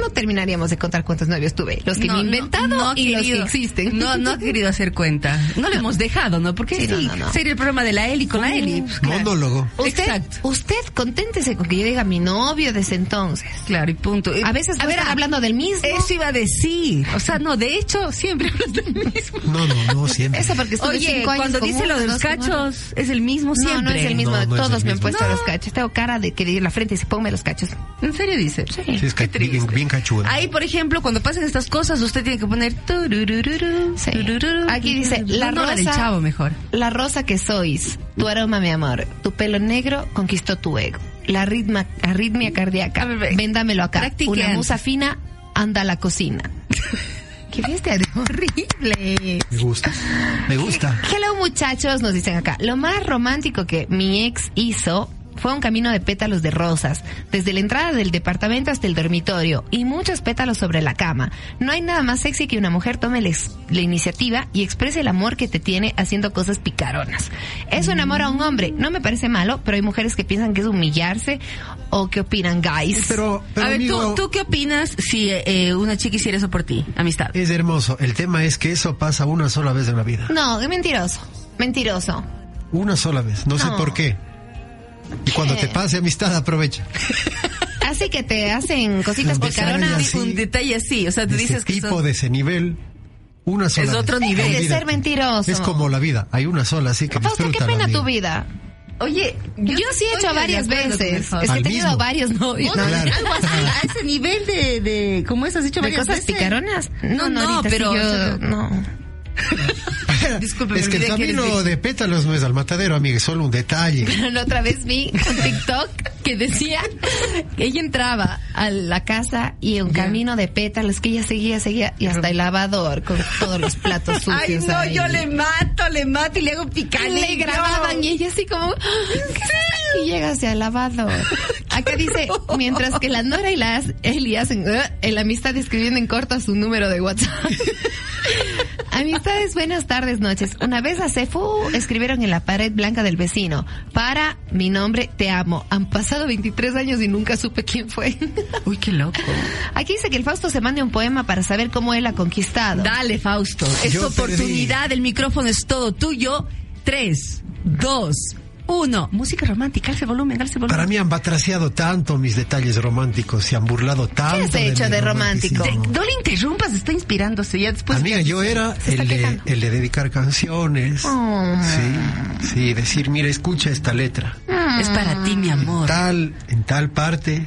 J: no terminaríamos de contar cuántos novios tuve. Los que
H: No,
J: me he
H: no,
J: inventado
H: no ha
J: y
H: querido.
J: los que existen.
H: No,
J: (laughs)
H: no ha querido hacer cuenta. No le hemos dejado, ¿no? Porque
J: Sí,
H: sí,
J: no, no, no.
H: sería el programa de la Eli con la Eli. pues, claro.
I: Monólogo.
J: Usted,
H: Exacto.
J: usted conténtese con que yo diga mi novio desde entonces.
H: Claro, y punto.
J: A veces no están hablando del mismo.
H: Eso iba a decir. O sea, no, de hecho, siempre hablas del mismo.
I: No, no, no, siempre.
J: Eso porque estuve
H: Oye,
J: cinco años
H: cuando
J: con
H: dice
J: uno,
H: lo de los
J: dos con otro.
H: cachos, es el mismo siempre.
J: No, no es el mismo.
I: No, no es
J: Todos
I: el
J: me han
I: mismo.
J: puesto
I: No.
J: los cachos. Tengo cara de que ir a la frente y se ponme los cachos.
H: ¿En serio dice?
J: Sí.
I: Sí, es
H: Qué
I: ca- bien-
H: triste.
I: bien cachudo.
H: Ahí, por ejemplo, cuando pasan estas cosas, usted tiene que poner... tururururu,
J: Sí.
H: turururu,
J: Aquí dice,
H: turururu.
J: la
H: No, no,
J: rosa,
H: del chavo mejor.
J: La rosa que sois, tu aroma, mi amor, tu pelo negro conquistó tu ego. La ritma, arritmia cardíaca, véndamelo acá.
H: practique
J: Una
H: antes.
J: musa fina, anda a la
H: (laughs)
J: cocina. ¡Qué bestia (laughs) horrible!
I: Me gusta. Me gusta.
J: Hello muchachos, nos dicen acá. Lo más romántico que mi ex hizo fue un camino de pétalos de rosas, desde la entrada del departamento hasta el dormitorio y muchos pétalos sobre la cama. No hay nada más sexy que una mujer tome la, ex- la iniciativa y exprese el amor que te tiene haciendo cosas picaronas. Eso enamora a un hombre. No me parece malo, pero hay mujeres que piensan que es humillarse o que opinan guys. Pero,
H: a ver, ¿tú, ¿tú qué opinas si eh, eh, una chica hiciera eso por ti? Amistad.
I: Es hermoso. El tema es que eso pasa una sola vez en la vida.
J: No, qué mentiroso. Mentiroso.
I: Una sola vez. No, sé
J: No.
I: por qué. Y cuando te pase amistad, aprovecha.
J: Así que te hacen cositas
I: Un detalle
J: picaronas.
I: así. Un
J: detalle así, o sea,
I: de ese tipo, de ese nivel, una sola vez.
J: Debe
I: Olvídate.
J: ser mentiroso.
I: Es como la vida. Hay una sola, así que
J: Fausto, qué
I: disfrútala,
J: pena
I: amigo.
J: tu vida.
H: Oye,
J: yo, sí he hecho
H: estoy de
J: varias
H: acuerdo con el
J: veces.
H: Fausto.
J: Es que he
H: Al
J: tenido
H: mismo.
I: (laughs)
J: varios novios.
H: Vos, Algo así, a ese nivel de, de ¿cómo es? ¿Has hecho
J: ¿De
H: varias
J: cosas
H: veces?
J: picaronas? No,
H: No,
J: no,
H: no,
J: ahorita sí
H: pero...
J: yo-
H: Disculpe,
I: Es
H: me
I: que el
H: olvidé eres
I: camino de pétalos no es al matadero, amiga, es solo un detalle.
J: Pero la otra vez vi un TikTok que decía que ella entraba a la casa y un camino de pétalos que ella seguía, seguía y hasta el lavador con todos los platos sucios.
H: (laughs) Ay, no,
J: ahí.
H: yo le mato, le mato y le hago picante.
J: le grababan y ella así como "Ah, y llega hacia el lavado. Acá
H: (laughs)
J: dice, mientras que la Nora y la As- Eli hacen "Ugh", en la amistad escribiendo en corto a su número de WhatsApp. (laughs) Amistades, buenas tardes, noches. Una vez a Cefu escribieron en la pared blanca del vecino, para mi nombre te amo. Han pasado 23 años y nunca supe quién fue. (laughs)
H: Uy, qué loco.
J: Aquí dice que el Fausto se mande un poema para saber cómo él ha conquistado.
H: Dale, Fausto. Es tu
J: Yo perdí.
H: oportunidad, el micrófono es todo tuyo. Tres, dos, uno. Música romántica, alce el volumen, alce el volumen.
I: Para mí han batraciado tanto mis detalles románticos, se han burlado tanto. mi romanticismo.
H: De- pues, no le interrumpas, está inspirándose ya después.
I: Amiga, yo era el de, el de dedicar canciones.
H: Oh.
I: Sí, sí, decir, mira, escucha esta letra.
H: Es para ti, mi amor.
I: Tal, en tal parte.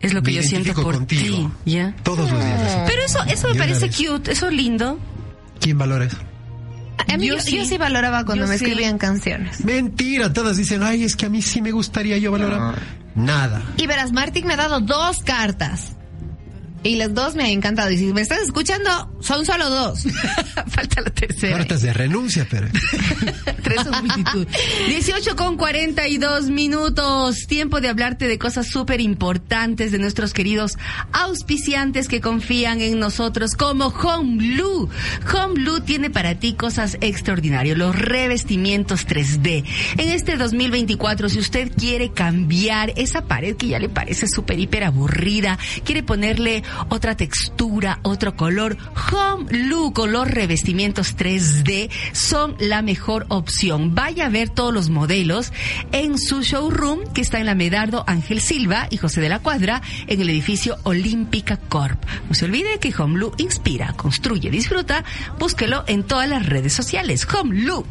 H: Es lo que
I: me
H: yo siento
I: identifico
H: por
I: contigo.
H: ti, ¿ya? Oh.
I: Todos los días. así.
H: Pero eso, eso me
I: Yo era
H: parece
I: de esos.
H: cute, eso lindo. (laughs)
I: ¿Quién valora eso?
J: A mí yo,
H: Yo
J: yo sí.
H: sí.
J: valoraba cuando
H: Yo
J: me
H: sí.
J: escribían canciones.
I: Mentira, todas dicen, ay, es que a mí sí me gustaría yo valorar. Nada.
J: Y verás, Martín me ha dado dos cartas. Y las dos me han encantado. Y si me estás escuchando, son solo dos. Falta la tercera.
I: Cartas de renuncia, pero.
H: (laughs) Tres son multitud. 18 con 42 minutos. Tiempo de hablarte de cosas súper importantes de nuestros queridos auspiciantes que confían en nosotros, como Home Blue. Home Blue tiene para ti cosas extraordinarias, los revestimientos 3D. En este 2024, si usted quiere cambiar esa pared que ya le parece súper, hiper aburrida, quiere ponerle otra textura, otro color, Home Blue con los revestimientos 3D son la mejor opción. Vaya a ver todos los modelos en su showroom que está en la Medardo Ángel Silva y José de la Cuadra en el edificio Olímpica Corp. No se olvide que Home Blue inspira, construye, disfruta. Búsquelo en todas las redes sociales. Home Blue.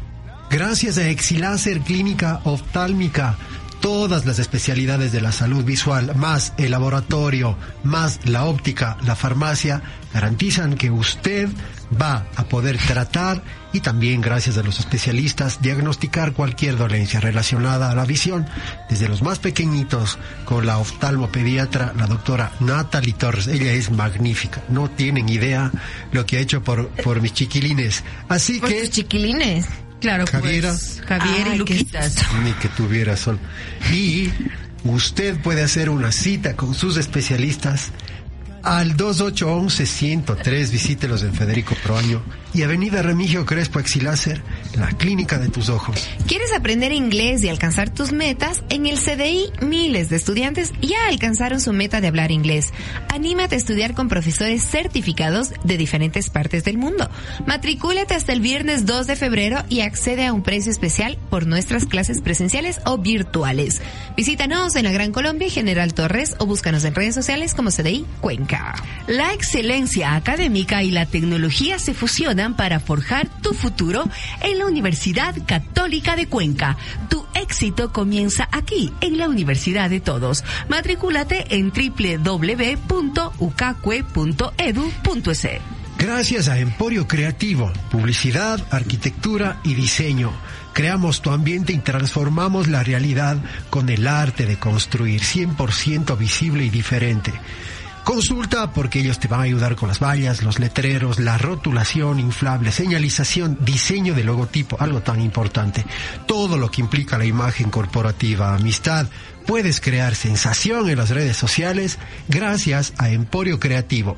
I: Gracias a Exiláser Clínica Oftálmica, todas las especialidades de la salud visual, más el laboratorio, más la óptica, la farmacia, garantizan que usted va a poder tratar y también gracias a los especialistas diagnosticar cualquier dolencia relacionada a la visión, desde los más pequeñitos con la oftalmopediatra, la doctora Natalie Torres. Ella es magnífica, no tienen idea lo que ha hecho por, por mis chiquilines. Así
J: Por
I: que...
J: tus pues, chiquilines. Claro,
I: Javiera.
H: Javier y Luquitas.
I: Ni que tuviera sol. Y usted puede hacer una cita con sus especialistas al 2811-103. Visítelos en Federico Proaño y Avenida Remigio Crespo Exilácer, la clínica de tus ojos.
J: ¿Quieres aprender inglés y alcanzar tus metas? En el CDI, miles de estudiantes ya alcanzaron su meta de hablar inglés. Anímate a estudiar con profesores certificados de diferentes partes del mundo. Matricúlate hasta el viernes 2 de febrero y accede a un precio especial por nuestras clases presenciales o virtuales. Visítanos en la Gran Colombia y General Torres o búscanos en redes sociales como CDI Cuenca.
H: La excelencia académica y la tecnología se fusionan para forjar tu futuro en la Universidad Católica de Cuenca. Tu éxito comienza aquí, en la Universidad de Todos. Matricúlate en www.ucacue.edu.es.
I: Gracias a Emporio Creativo, publicidad, arquitectura y diseño, creamos tu ambiente y transformamos la realidad con el arte de construir 100% visible y diferente. Consulta porque ellos te van a ayudar con las vallas, los letreros, la rotulación inflable, señalización, diseño de logotipo, algo tan importante. Todo lo que implica la imagen corporativa, amistad. Puedes crear sensación en las redes sociales gracias a Emporio Creativo.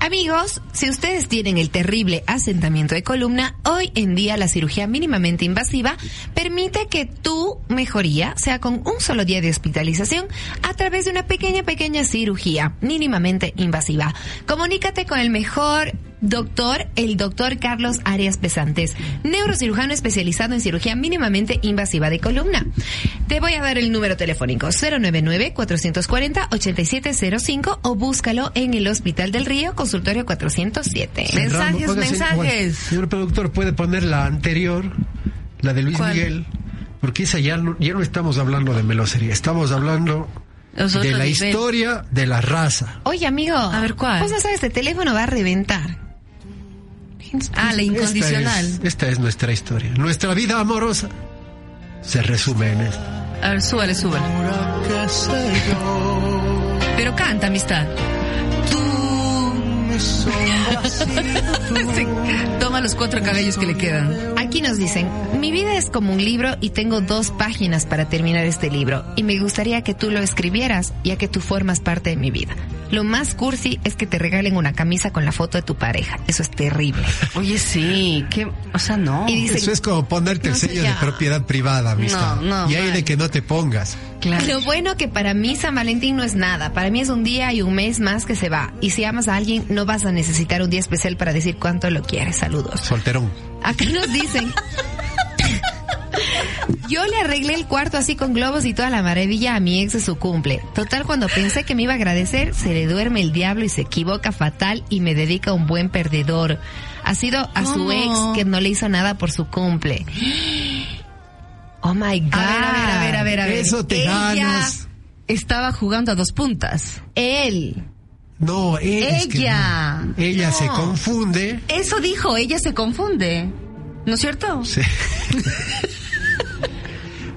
J: Amigos, si ustedes tienen el terrible asentamiento de columna, hoy en día la cirugía mínimamente invasiva permite que tu mejoría sea con un solo día de hospitalización a través de una pequeña, pequeña cirugía mínimamente invasiva. Comunícate con el mejor doctor, el doctor Carlos Arias Pesantes, neurocirujano especializado en cirugía mínimamente invasiva de columna. Te voy a dar el número telefónico 099-440-8705 o búscalo en el Hospital del Río, consultorio 407.
I: Rambo,
H: Mensajes,
I: póngase- bueno,
H: mensajes.
I: señor productor, puede poner la anterior, la de Luis
H: ¿Cuál?
I: Miguel, porque esa ya no, ya no estamos hablando de melosería, estamos hablando
J: Es otro
I: de la
J: nivel.
I: historia de la raza.
J: Oye, amigo. A ver, ¿cuál? Vos no sabes, el teléfono va a reventar. Ah, la
I: Esta es- Esta es, nuestra historia. Nuestra vida amorosa se resume en esto.
H: A ver, súbale, súbale. Pero canta, amistad. (laughs) Sí, Toma los cuatro cabellos que le quedan.
J: Aquí nos dicen, mi vida es como un libro y tengo dos páginas para terminar este libro y me gustaría que tú lo escribieras ya que tú formas parte de mi vida. Lo más cursi es que te regalen una camisa con la foto de tu pareja. Eso es terrible.
H: Oye, sí, que, o sea, no.
J: Y dicen,
I: Oh, Eso es como ponerte
J: No
I: el
J: sé,
I: sello
J: ya.
I: de propiedad privada, amistad.
J: No, no,
I: y ahí de que no te pongas.
J: Lo bueno que para mí San Valentín no es nada. Para mí es un día y un mes más que se va. Y si amas a alguien, no vas a necesitar un día especial para decir cuánto lo quieres. Saludos.
I: Solterón.
J: Acá nos dicen. Yo le arreglé el cuarto así con globos y toda la maravilla a mi ex de su cumple. Total, cuando pensé que me iba a agradecer, se le duerme el diablo y se equivoca fatal y me dedica a un buen perdedor. Ha sido a su
H: ¿Cómo?
J: ex que no le hizo nada por su cumple. Oh my God.
H: A ver, a ver, a ver, a ver, a ver.
J: Eso te
H: Ella
J: ganas.
H: Estaba jugando a dos puntas.
J: Él.
I: No, ella. es que
H: Ella.
I: no. Ella
H: No.
I: se confunde.
H: Eso dijo, ella se confunde. ¿No es cierto?
I: Sí.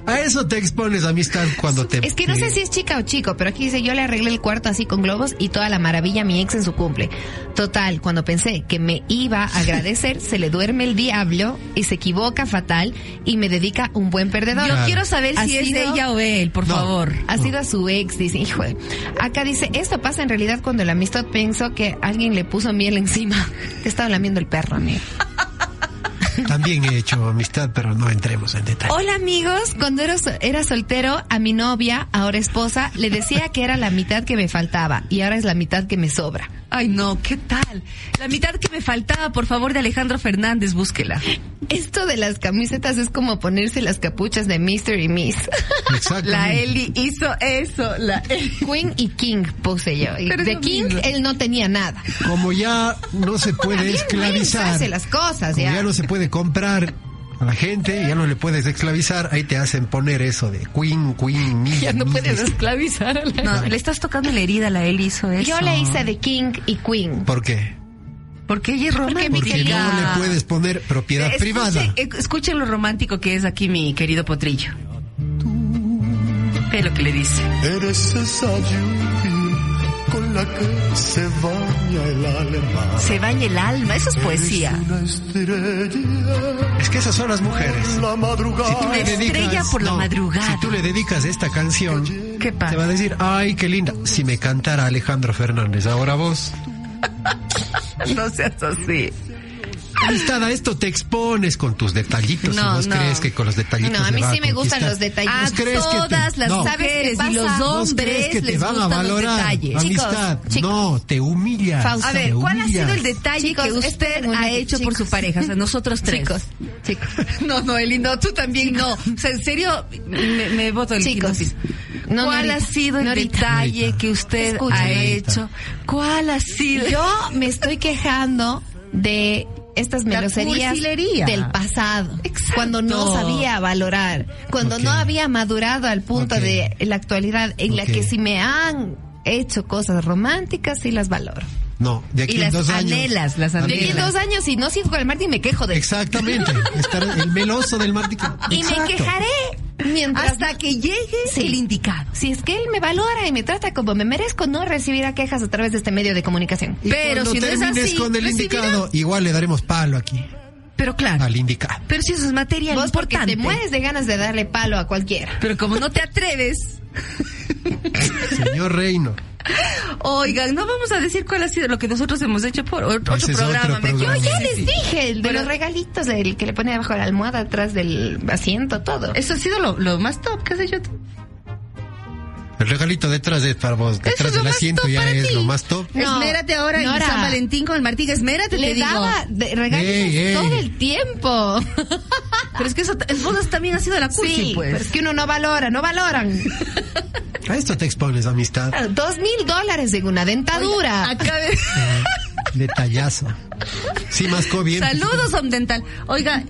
I: A eso te expones, amistad, cuando te...
J: Es que no sé si es chica o chico, pero aquí dice, yo le arreglé el cuarto así con globos y toda la maravilla a mi ex en su cumple. Total, cuando pensé que me iba a agradecer, se le duerme el diablo y se equivoca fatal y me dedica un buen perdedor.
H: Yo Claro. quiero saber si es ella o él, por No. favor.
J: Ha sido a su ex, dice, hijo. de-". Acá dice, esto pasa en realidad cuando la amistad pensó que alguien le puso miel encima. (laughs) Te estaba lamiendo el perro, amigo.
I: También he hecho amistad, pero no entremos en detalle.
J: Hola amigos, cuando era, so- era soltero, a mi novia, ahora esposa, le decía que era la mitad que me faltaba y ahora es la mitad que me sobra.
H: Ay, no, ¿qué tal? La mitad que me faltaba, por favor, de Alejandro Fernández, búsquela.
J: Esto de las camisetas es como ponerse las capuchas de Mr. y Miss.
H: La Eli hizo eso. La
J: Queen y King puse yo. Y
H: Pero
J: de
H: es lo
J: King
H: mismo.
J: él no tenía nada.
I: Como ya no se puede
J: Él
I: esclavizar,
J: hace las cosas,
I: como
J: ya.
I: ya no se puede comprar a la gente, ya no le puedes esclavizar, ahí te hacen poner eso de queen, queen, milla,
J: Ya no
I: milla.
J: puedes esclavizar a la
H: No, le estás tocando la herida, la Eli hizo eso.
J: Yo le hice de King y Queen.
I: ¿Por qué?
H: Porque ella es romántica.
I: Porque no le puedes poner propiedad
H: Escuche-
I: privada.
H: eh, Escuchen lo romántico que es aquí mi querido potrillo. Ve lo que le dice.
T: Eres esa lluvia con la que se baña el alma.
H: Se baña el alma, eso es poesía.
I: Es que esas son las mujeres. Si tú le
H: Una
I: dedicas-
H: estrella por la
I: no,
H: madrugada.
I: Si tú le dedicas esta canción, te va a decir, ay, qué linda. Si me cantara Alejandro Fernández, ahora vos.
H: No seas así.
I: Amistad, a esto te expones con tus detallitos.
J: No,
I: y vos
J: no.
I: crees que con los detallitos
J: No, a
I: te
J: mí
I: va
J: sí me gustan
I: conquistar.
J: los detallitos.
I: ¿Vos
J: A
I: crees que te-
J: todas las
I: no.
J: mujeres y los
I: ¿Vos crees
J: hombres
I: que te
J: les
I: van a
J: gustan los
I: valorar?
J: detalles.
I: Amistad,
J: Chicos, chicos.
I: no, te humillas.
J: Fausto.
H: A ver, ¿cuál ha sido el
I: detalle?
H: detalle
J: Chicos,
H: que usted
J: esperen un
H: ha
J: momento,
H: hecho por su pareja? O sea, nosotros tres.
J: Chicos,
H: (laughs) No, no, Eli, no, tú también no. O sea, en serio, me, me voto el
J: Chicos,
H: quinto piso.
J: no,
H: ¿Cuál
J: no
H: ha
J: ahorita,
H: sido el
J: no ahorita.
H: detalle
J: No ahorita.
H: que usted
J: Escucha,
H: ha
J: no ahorita.
H: hecho? ¿Cuál ha sido?
J: Yo me estoy quejando de estas
H: La
J: meloserías
H: cursilería.
J: del pasado, cuando no sabía valorar, cuando no había madurado al punto de la actualidad en la
I: Ok.
J: que si me han hecho cosas románticas sí las valoro.
I: No, de aquí
J: Y
I: en
J: las
I: dos años.
J: anhelas, las De aquí en dos años si no sigo con el Martín me quejo de
I: Exactamente. Estar el meloso del Martín.
J: (laughs) Y me
I: Exacto.
J: quejaré hasta que llegue el indicado. Si es que él me valora y me trata como me merezco, no recibirá quejas a través de este medio de comunicación.
I: Y
J: Pero
I: cuando
J: si no es
I: termines
J: así,
I: con el
J: recibirá.
I: indicado, igual le daremos palo aquí.
H: Pero claro.
I: Al indicado.
J: (laughs)
H: Pero si eso es material
J: Vos porque
H: importante.
J: te mueres de ganas de darle palo a cualquiera.
H: Pero como no te atreves,
I: Señor Reino.
H: oigan, no vamos a decir cuál ha sido lo que nosotros hemos hecho por ot- otro,
I: Ese es otro
H: programa. me-
I: programa.
J: Yo ya
I: Sí,
J: les
I: sí.
J: dije, el de
H: Pero-
J: los regalitos, el que le pone abajo la almohada, atrás del asiento, todo.
H: Eso ha sido lo, lo más top que has hecho. tú.
I: El regalito detrás es para vos. Detrás del asiento ya es lo más top.
J: No,
H: esmérate ahora en
J: Nora.
H: San Valentín con el Martín, esmérate, te
J: Le
H: digo.
J: daba de- regalos
I: Ey, ey.
J: todo
H: (laughs)
J: el tiempo.
H: Pero es que eso, t- vos también ha sido la cursi,
J: Sí,
H: pues.
J: pero es que uno no valora,
H: (laughs)
J: no valoran.
I: A esto te expones,
J: (laughs)
I: amistad.
J: Claro, Dos mil dólares en una dentadura.
H: Acá de-
I: Detallazo. Sí, mascó (laughs) bien.
H: Saludos, Omdental. Oiga,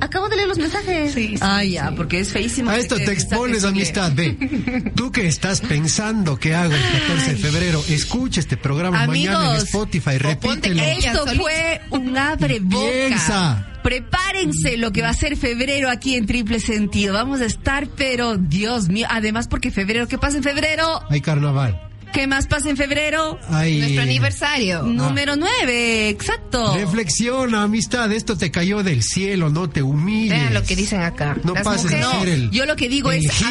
H: acabo de leer los mensajes. ah, ya, porque es feísimo.
I: A esto te expones, amistad. Ve, tú que estás pensando que hago el 14 de febrero, escucha este programa mañana en
H: Amigos,
I: Spotify, repítelo.
H: Esto fue un abre boca.
I: Piensa.
H: Prepárense lo que va a ser febrero aquí en Triple Sentido. Vamos a estar, pero Dios mío. Además, porque febrero, ¿qué pasa en febrero?
I: Hay carnaval.
H: ¿Qué más pasa en febrero?
I: Hay...
J: Nuestro aniversario.
H: Número 9, exacto.
I: Ah, Reflexiona, amistad. Esto te cayó del cielo, no te humilles.
J: Vean lo que dicen acá.
I: No
J: Las
I: pases
J: mujeres-
I: a ser el.
H: Yo lo que digo
I: el
H: es
I: Gil.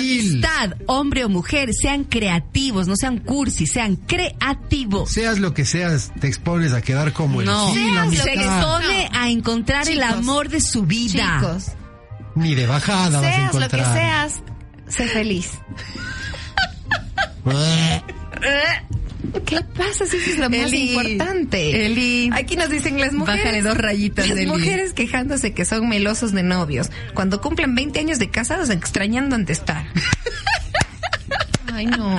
H: amistad, hombre o mujer, sean creativos, no sean cursis, sean creativos.
I: Seas lo que seas, te expones a quedar como el
H: No,
I: Gil,
H: se
I: amistad.
H: expone a encontrar el
J: Chicos,
H: amor de su vida.
J: Chicos,
I: Ni de bajada vas a
J: seas lo que
I: encontrar.
J: seas, sé feliz. ¿Qué pasa si eso es lo más
H: Eli,
J: importante?
H: Eli.
J: Aquí nos dicen las mujeres.
H: Bájale dos rayitas,
J: Las
H: Eli.
J: mujeres quejándose que son melosos de novios. Cuando cumplen 20 años de casados, extrañando ante estar. Ay, no.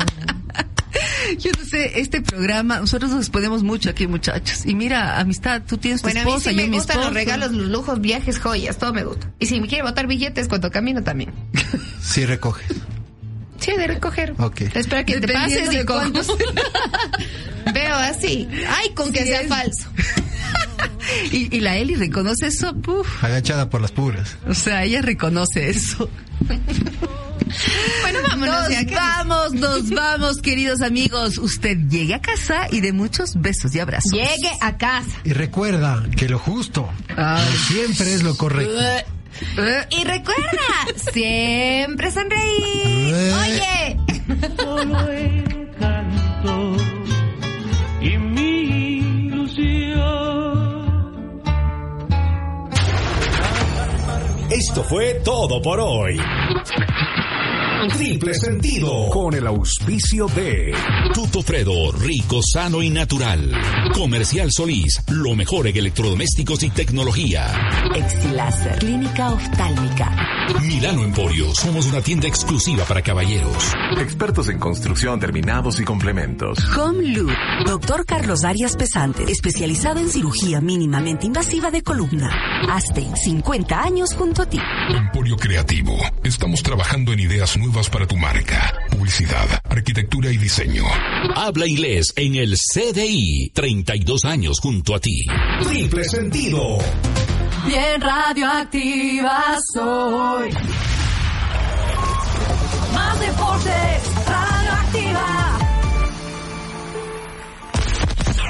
H: Yo no sé, este programa, nosotros nos exponemos mucho aquí, muchachos. Y mira, amistad, tú tienes tu
J: Bueno, a mí
H: esposa,
J: sí me
H: yo mi
J: gustan los
H: esposo.
J: regalos, los lujos, viajes, joyas, todo me gusta. Y si me quiere botar billetes cuando camino también.
I: Sí, recoge.
J: Sí, de recoger.
I: Ok.
J: Espera que te
H: Dependiendo
J: pases
H: de
J: y
H: cómo.
J: cuántos. (laughs) Veo así. Ay, con que
H: Sí
J: sea
H: es.
J: falso.
H: Y, y la Eli reconoce eso, puf.
I: Agachada por las puras.
H: O sea, ella reconoce eso.
J: Bueno, vámonos.
H: Nos
J: ya que-
H: vamos,
J: (laughs)
H: nos vamos, queridos amigos. Usted llegue a casa y de muchos besos y abrazos.
J: Llegue a casa.
I: Y recuerda que lo justo no siempre es lo correcto.
H: Eh,
J: Y recuerda, siempre sonreír. Oye.
G: Solo encanto y mi ilusión.
B: Esto fue todo por hoy. Triple sentido.
F: Con el auspicio de...
C: Tuto Fredo, rico, sano y natural. Comercial Solís, lo mejor en electrodomésticos y tecnología.
S: Exilaser, Clínica Oftálmica.
C: Milano Emporio, somos una tienda exclusiva para caballeros.
E: Expertos en construcción, terminados y complementos.
D: Home Loop. Doctor Carlos Arias Pesante, especializado en cirugía mínimamente invasiva de columna. Hazte 50 años junto a ti.
F: Emporio Creativo. Estamos trabajando en ideas nuevas para tu marca, publicidad, arquitectura y diseño.
C: Habla inglés en el CDI, 32 años junto a ti.
B: Triple sentido.
U: Bien radioactiva soy. Más deportes, radioactiva.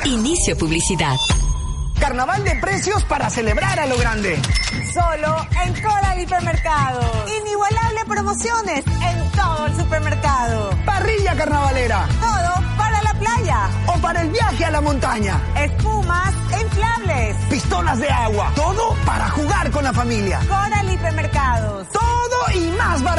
D: Inicio publicidad.
V: Carnaval de precios para celebrar a lo grande.
W: Solo en Coral Hipermercado. Inigualables promociones en todo el supermercado.
V: Parrilla carnavalera
W: Todo para la playa.
V: o para el viaje a la montaña.
W: Espumas inflables.
V: Pistolas de agua. Todo para jugar con la familia.
W: Coral Hipermercados.
V: Todo y más barato.